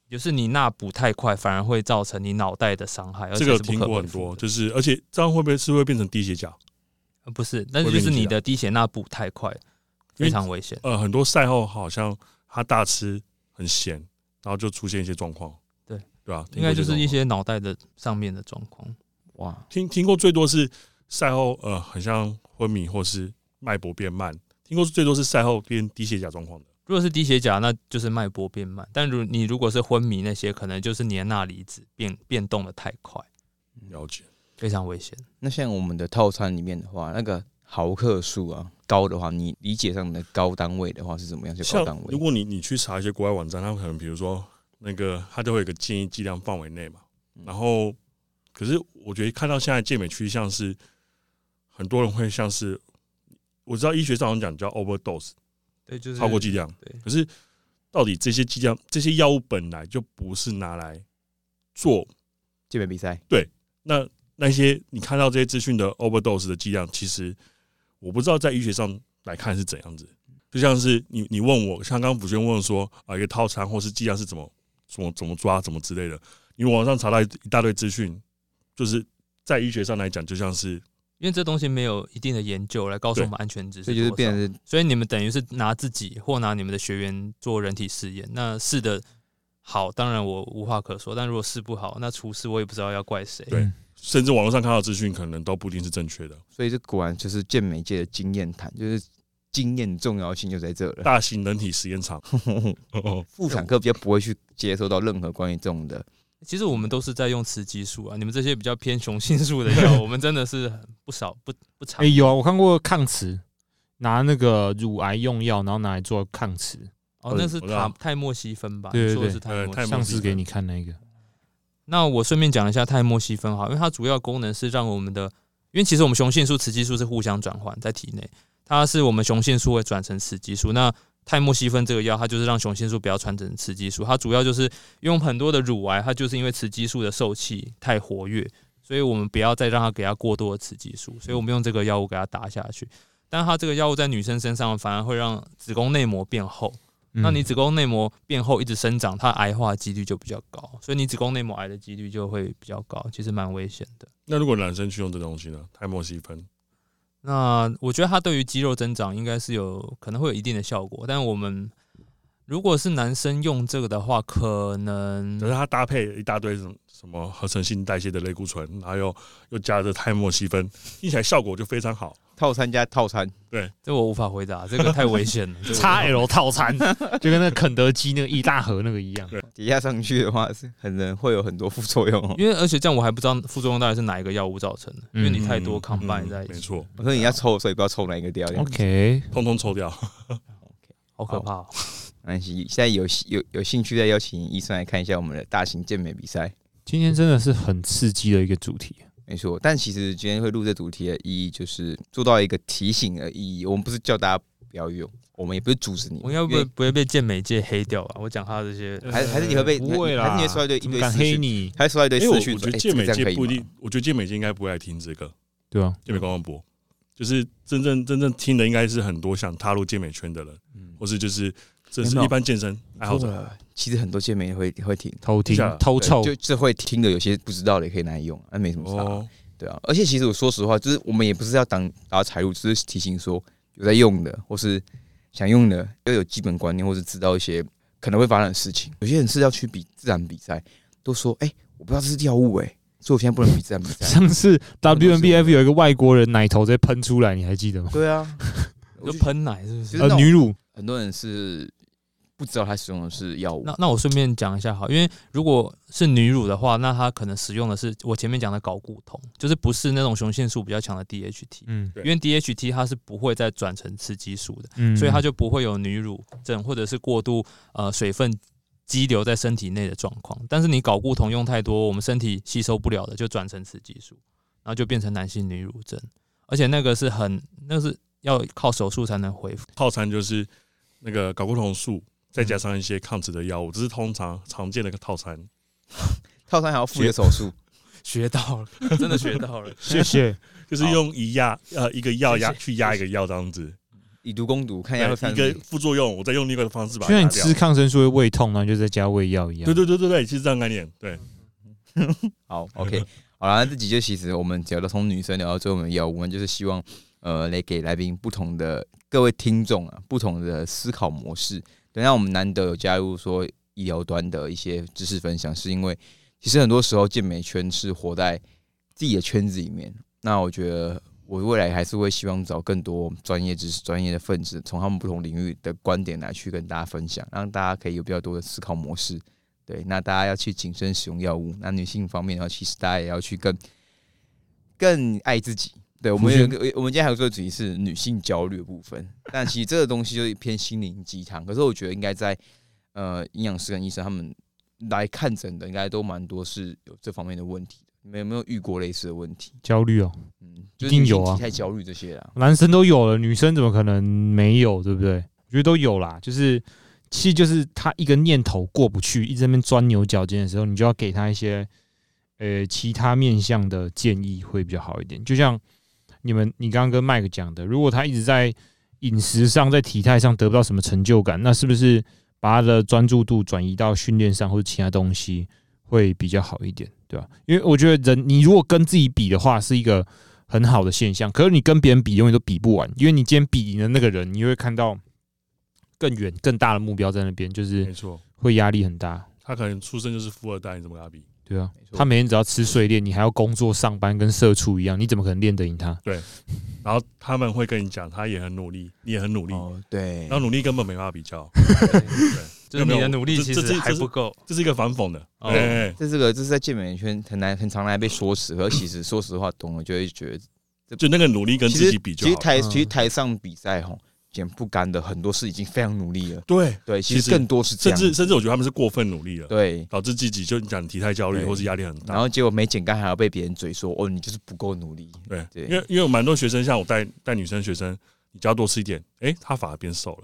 就是你钠补太快，反而会造成你脑袋的伤害，而
这
且
个有
是不
听
可
过
恢
很
复
多，
的
就是而且这样会不会是会变成低血钾？
呃不是，但
会
是
被
就是
影
你
响
的低血钠补太快，
因为
非常危险。
呃，很多赛后好像他大吃很咸，然后就出现一些状况。
对
对吧、
应
听过
该
这
就
种
是一些脑袋的上面的状况。
哇，
听听过最多是赛后呃，很像昏迷或是脉搏变慢。听过最多是赛后变低血钾状况的。
如果是低血钾，那就是脉搏变慢；但如你如果是昏迷，那些可能就是你的钠离子变变动的太快，嗯
了解，
非常危险。
那像我们的套餐里面的话，那个毫克数啊高的话，你理解上的高单位的话是怎么样？就高
像
单位。
如果你你去查一些国外网站，他们可能比如说那个，它都会有一个建议剂量范围内嘛。
嗯
然后，可是我觉得看到现在健美趋向是很多人会像是，我知道医学上好像讲叫 overdose，
对，就是
超过剂量。
对
可是到底这些剂量、这些药物本来就不是拿来做
健美比赛，
那那些你看到这些资讯的 overdose 的剂量，其实我不知道在医学上来看是怎样子。就像是你你问我，像刚刚福轩问说啊，一个套餐或是剂量是怎么怎么怎么抓怎么之类的，你网上查到一一大堆资讯，就是在医学上来讲，就像是
因为这东西没有一定的研究来告诉我们安全值
所
是
以就是
多少
变成是
所以你们等于是拿自己或拿你们的学员做人体试验。那试的好，当然我无话可说；但如果试不好，那出事我也不知道要怪谁。
对甚至网络上看到的资讯可能都不一定是正确的。
所以这果然就是健美界的经验谈，就是经验重要性就在这 了。
大型人体实验场，
哦
妇产科比较不会去接收到任何关于这种的，
其实我们都是在用雌激素啊，你们这些比较偏雄性素的 药，我们真的是很不少不不常
哎、有啊，我看过抗磁，拿那个乳癌用药，然后拿来做抗磁，
哦，那是
我知道
塔泰莫西芬吧？
对对
你说的
对
是泰
呃
莫西
泰
芬。
莫
上
西
次给你看那个，
那我顺便讲一下泰莫西芬哈，因为它主要功能是让我们的，因为其实我们雄性素、雌激素是互相转换在体内，它是我们雄性素会转成雌激素。那泰莫西芬这个药，它就是让雄性素不要转成雌激素，它主要就是用很多的乳癌，它就是因为雌激素的受气太活跃，所以我们不要再让它给它过多的雌激素，所以我们用这个药物给它打下去。但它这个药物在女生身上反而会让子宫内膜变厚，
嗯
那你子宫内膜变厚一直生长，它癌化几率就比较高，所以你子宫内膜癌的几率就会比较高，其实蛮危险的。
那如果男生去用这东西呢？泰莫西芬，
那我觉得它对于肌肉增长应该是有可能会有一定的效果，但我们如果是男生用这个的话，可能
可是它搭配一大堆什么什么合成性代谢的类固醇，然后又又加着泰莫西芬，听起来效果就非常好。
套餐加套餐，
这我无法回答，这个太危险 了。这个我
XL
无法
套 餐，就跟那肯德基那个一大盒那个一样。
底下上去的话是很能会有很多副作用、哦。
因为而且这样我还不知道副作用到底是哪一个药物造成的，因为你太多
嗯
combine 在一
没
起，
错，
我说你要抽，所以不要抽哪一个掉。这样
OK，
通通抽掉。
好可怕、哦。
没关系，现在有有有兴趣再邀请医生来看一下我们的大型健美比赛。
今天真的是很刺激的一个主题。
没错，但其实今天会录这主题的意义，就是做到一个提醒的意义。我们不是叫大家不要用，我们也不是阻止你。
我应该
因
不会
为
不会被健美界黑掉吧？我讲他这些
呃
还还是你会被
呃不会
还
啦，
是你会收到一堆
怎么
一堆
敢
私讯
黑你？
还收到一堆
因为我
私
我
讯，
觉
说
得
哎，
健美
这个这
界
样可以
不一
吗
定，我觉得健美界应该不会来听这个
对啊，
健美观光博，就是真正真正听的应该是很多想踏入健美圈的人，
嗯
或是就是这
没有
是
没有
一般健身爱好
错
者。
了其实很多健美会会听，
偷听
接下来
偷
对
臭，
就这会听的，有些不知道的也可以拿来用，啊那没什么差。
哦，
对啊，而且其实我说实话，就是我们也不是要挡打财路，只是提醒说有在用的，或是想用的，要有基本观念，或是知道一些可能会发生的事情。有些人是要去比自然比赛，都说哎、我不知道这是药物哎、所以我现在不能比自然比 赛。
上次
东西
WNBF 有一个外国人奶头直接喷出来，你还记得吗？
对啊，我
就
就
喷奶是不是
就？是
呃
那，种
女乳
很多人是不知道他使用的是药物
那。那我顺便讲一下好，因为如果是女乳的话，那它可能使用的是我前面讲的睾固酮，就是不是那种雄性素比较强的 DHT，
嗯
对
因为 DHT 它是不会再转成雌激素的，
嗯
所以它就不会有女乳症或者是过度呃水分积留在身体内的状况。但是你睾固酮用太多，我们身体吸收不了的，就转成雌激素，然后就变成男性女乳症，而且那个是很那是要靠手术才能恢复。
套餐就是那个睾固酮素，再加上一些抗脂的药物，这是通常常见的一个套餐。
套餐还要付一个手术，
学到了， 真的学到了。
谢 谢。
就是用一压呃一个药压
谢谢
去压一个药这样子，
以毒攻毒，看一下会发
一
生什
个
么
副作用，我再用另一个方式把
就
它
像
压
你
掉
吃。抗生素会胃痛，然后就再加胃药一样。
对对对对对，其实这样概念，对，
好，OK，好了，那这集就其实我们聊到从女生聊到最后面的药物，我们就是希望呃来给来宾不同的各位听众啊不同的思考模式。等一下我们难得有加入说医疗端的一些知识分享，是因为其实很多时候健美圈是活在自己的圈子里面。那我觉得我未来还是会希望找更多专业知识、专业的分子，从他们不同领域的观点来去跟大家分享，让大家可以有比较多的思考模式。对，那大家要去谨慎使用药物。那女性方面的话，其实大家也要去更更爱自己。对，我们有一个，我们今天还有做的主题是女性焦虑的部分，但其实这个东西就是偏心灵鸡汤。可是我觉得应该在呃营养师跟医生他们来看诊的，应该都蛮多是有这方面的问题的。你们有没有遇过类似的问题？
焦虑哦，
嗯，就是
一定
女性
有啊
体态焦虑这些啊。
男生都有了，女生怎么可能没有？对不对？我觉得都有啦，就是其实就是他一个念头过不去，一直在那边钻牛角尖的时候，你就要给他一些呃其他面向的建议会比较好一点。就像你们你刚刚跟麦克讲的，如果他一直在饮食上、在体态上得不到什么成就感，那是不是把他的专注度转移到训练上或者其他东西会比较好一点？对吧、因为我觉得人你如果跟自己比的话，是一个。很好的现象。可是你跟别人比，永远都比不完，因为你今天比赢的那个人，你会看到更远、更大的目标在那边，就是
没错，
会压力很大。
他可能出生就是富二代，你怎么跟他比？
对啊
没，错
他每天只要吃睡练，你还要工作上班，跟社畜一样，你怎么可能练得赢他？
然后他们会跟你讲，他也很努力，你也很努力，
哦，对
然，后努力根本没办法比 较，
就是你的努力其
这这
实
这
还不够，
这是一个反讽的。
哦
哎，
这是个这是在健美圈很难很常来被说死，可是其实说实话，懂了就会觉得
就那个努嗯力跟
其
自
实
己比就
其实
好了。
台
嗯
其实台上比赛吼，捡不甘的很多事已经非常努力了。
对，
对，其
其
实
实
更多是这
甚
样，
至甚至我觉得他们是过分努力了，
对。
导致自己就你讲体态焦虑
对
或是压力很大。
然后结果没捡干，还要被别人嘴说哦，你就是不够努力。
对，
对
因为因为有蛮多学生，像我带带女生学生，你只要多吃一点，哎、她反而变瘦了，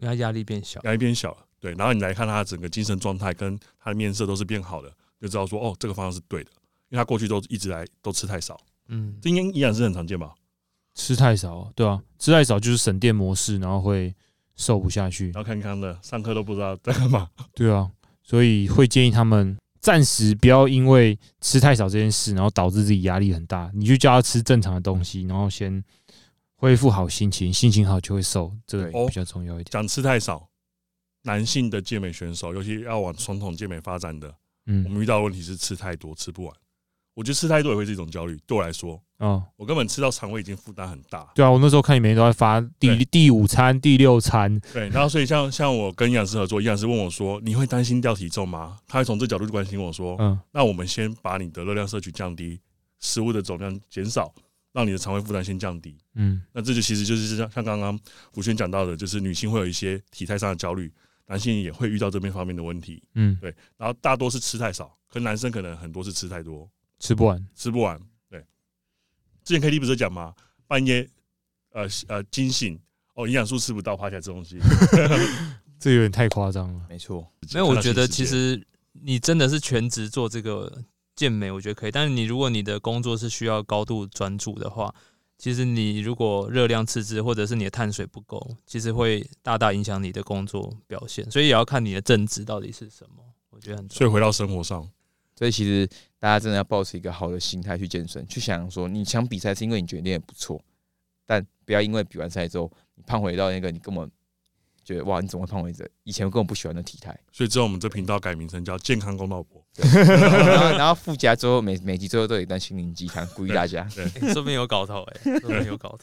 因为它压力变小。
压力变小了。对，然后你来看她的整个精神状态跟她的面色都是变好的，就知道说哦，这个方向是对的，因为她过去都一直来都吃太少，
嗯，
这应该依然是很常见吧。
吃太少，对啊，吃太少就是省电模式，然后会瘦不下去
然。后看康的上课都不知道在干嘛，
对啊，所以会建议他们暂时不要因为吃太少这件事，然后导致自己压力很大。你就叫他吃正常的东西，然后先恢复好心情，心情好就会瘦，这个
对
比较重要一点。
讲吃太少。男性的健美选手，尤其要往传统健美发展的，我
嗯，
们遇到的问题是吃太多，吃不完。我觉得吃太多也会是一种焦虑。对我来说，
哦，
我根本吃到肠胃已经负担很大，
对啊，我那时候看你每天都在发第
对
第五餐、第六餐，
对，然后所以像像我跟营养师合作，营养师问我说：“你会担心掉体重吗？”他会从这角度去关心我说
嗯，：“
那我们先把你的热量摄取降低，食物的总量减少，让你的肠胃负担先降低。
嗯，
那这就其实就是像像刚刚吴轩讲到的，就是女性会有一些体态上的焦虑，男性也会遇到这边方面的问题。
嗯，
对，然后大多是吃太少，可男生可能很多是吃太多，
吃不完，
吃不完。对，之前 K D 不是有讲吗？半夜呃呃惊醒哦，营养素吃不到，爬起来吃东西。”
这有点太夸张了。
没错，
没有，我觉
看
得
到新世界
其实你真的是全职做这个健美，我觉得可以。但是你如果你的工作是需要高度专注的话，其实你如果热量赤字或者是你的碳水不够，其实会大大影响你的工作表现。所以也要看你的正职到底是什么，我觉得很重
所以
要。
回到生活上，
所以其实大家真的要保持一个好的心态去健身，去想说你想比赛是因为你觉得练得不错，但不要因为比完赛之后你胖回到那个你根本觉得哇你怎么会胖回这以前我根本不喜欢的体态。
所以之后我们这频道改名称叫“健康公道博
然后然后附加之后每每集最后都有一段心灵鸡汤，鼓励大 家。
欸说不定有搞头哎、欸，说不定有搞头。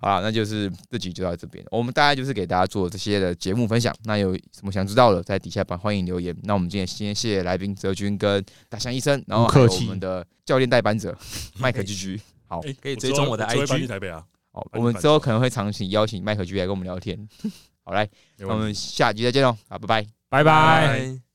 好啦，那就是这集就到这边。我们大概就是给大家做这些的节目分享。那有什么想知道的，在底下帮欢迎留言。那我们今天先谢谢来宾泽君跟大象医生，然后
不
还有
客
我
气
们的教练代班者 麦克居居。
哎
可以
我之
追踪
后
我的
之后会
IG
搬去台北啊，
好，
拜
我们
拜
之后可能会长期邀请麦克居来跟我们聊天。好，来， 那
没
我
问题
们下集再见喽，好，拜拜。
拜拜。
拜。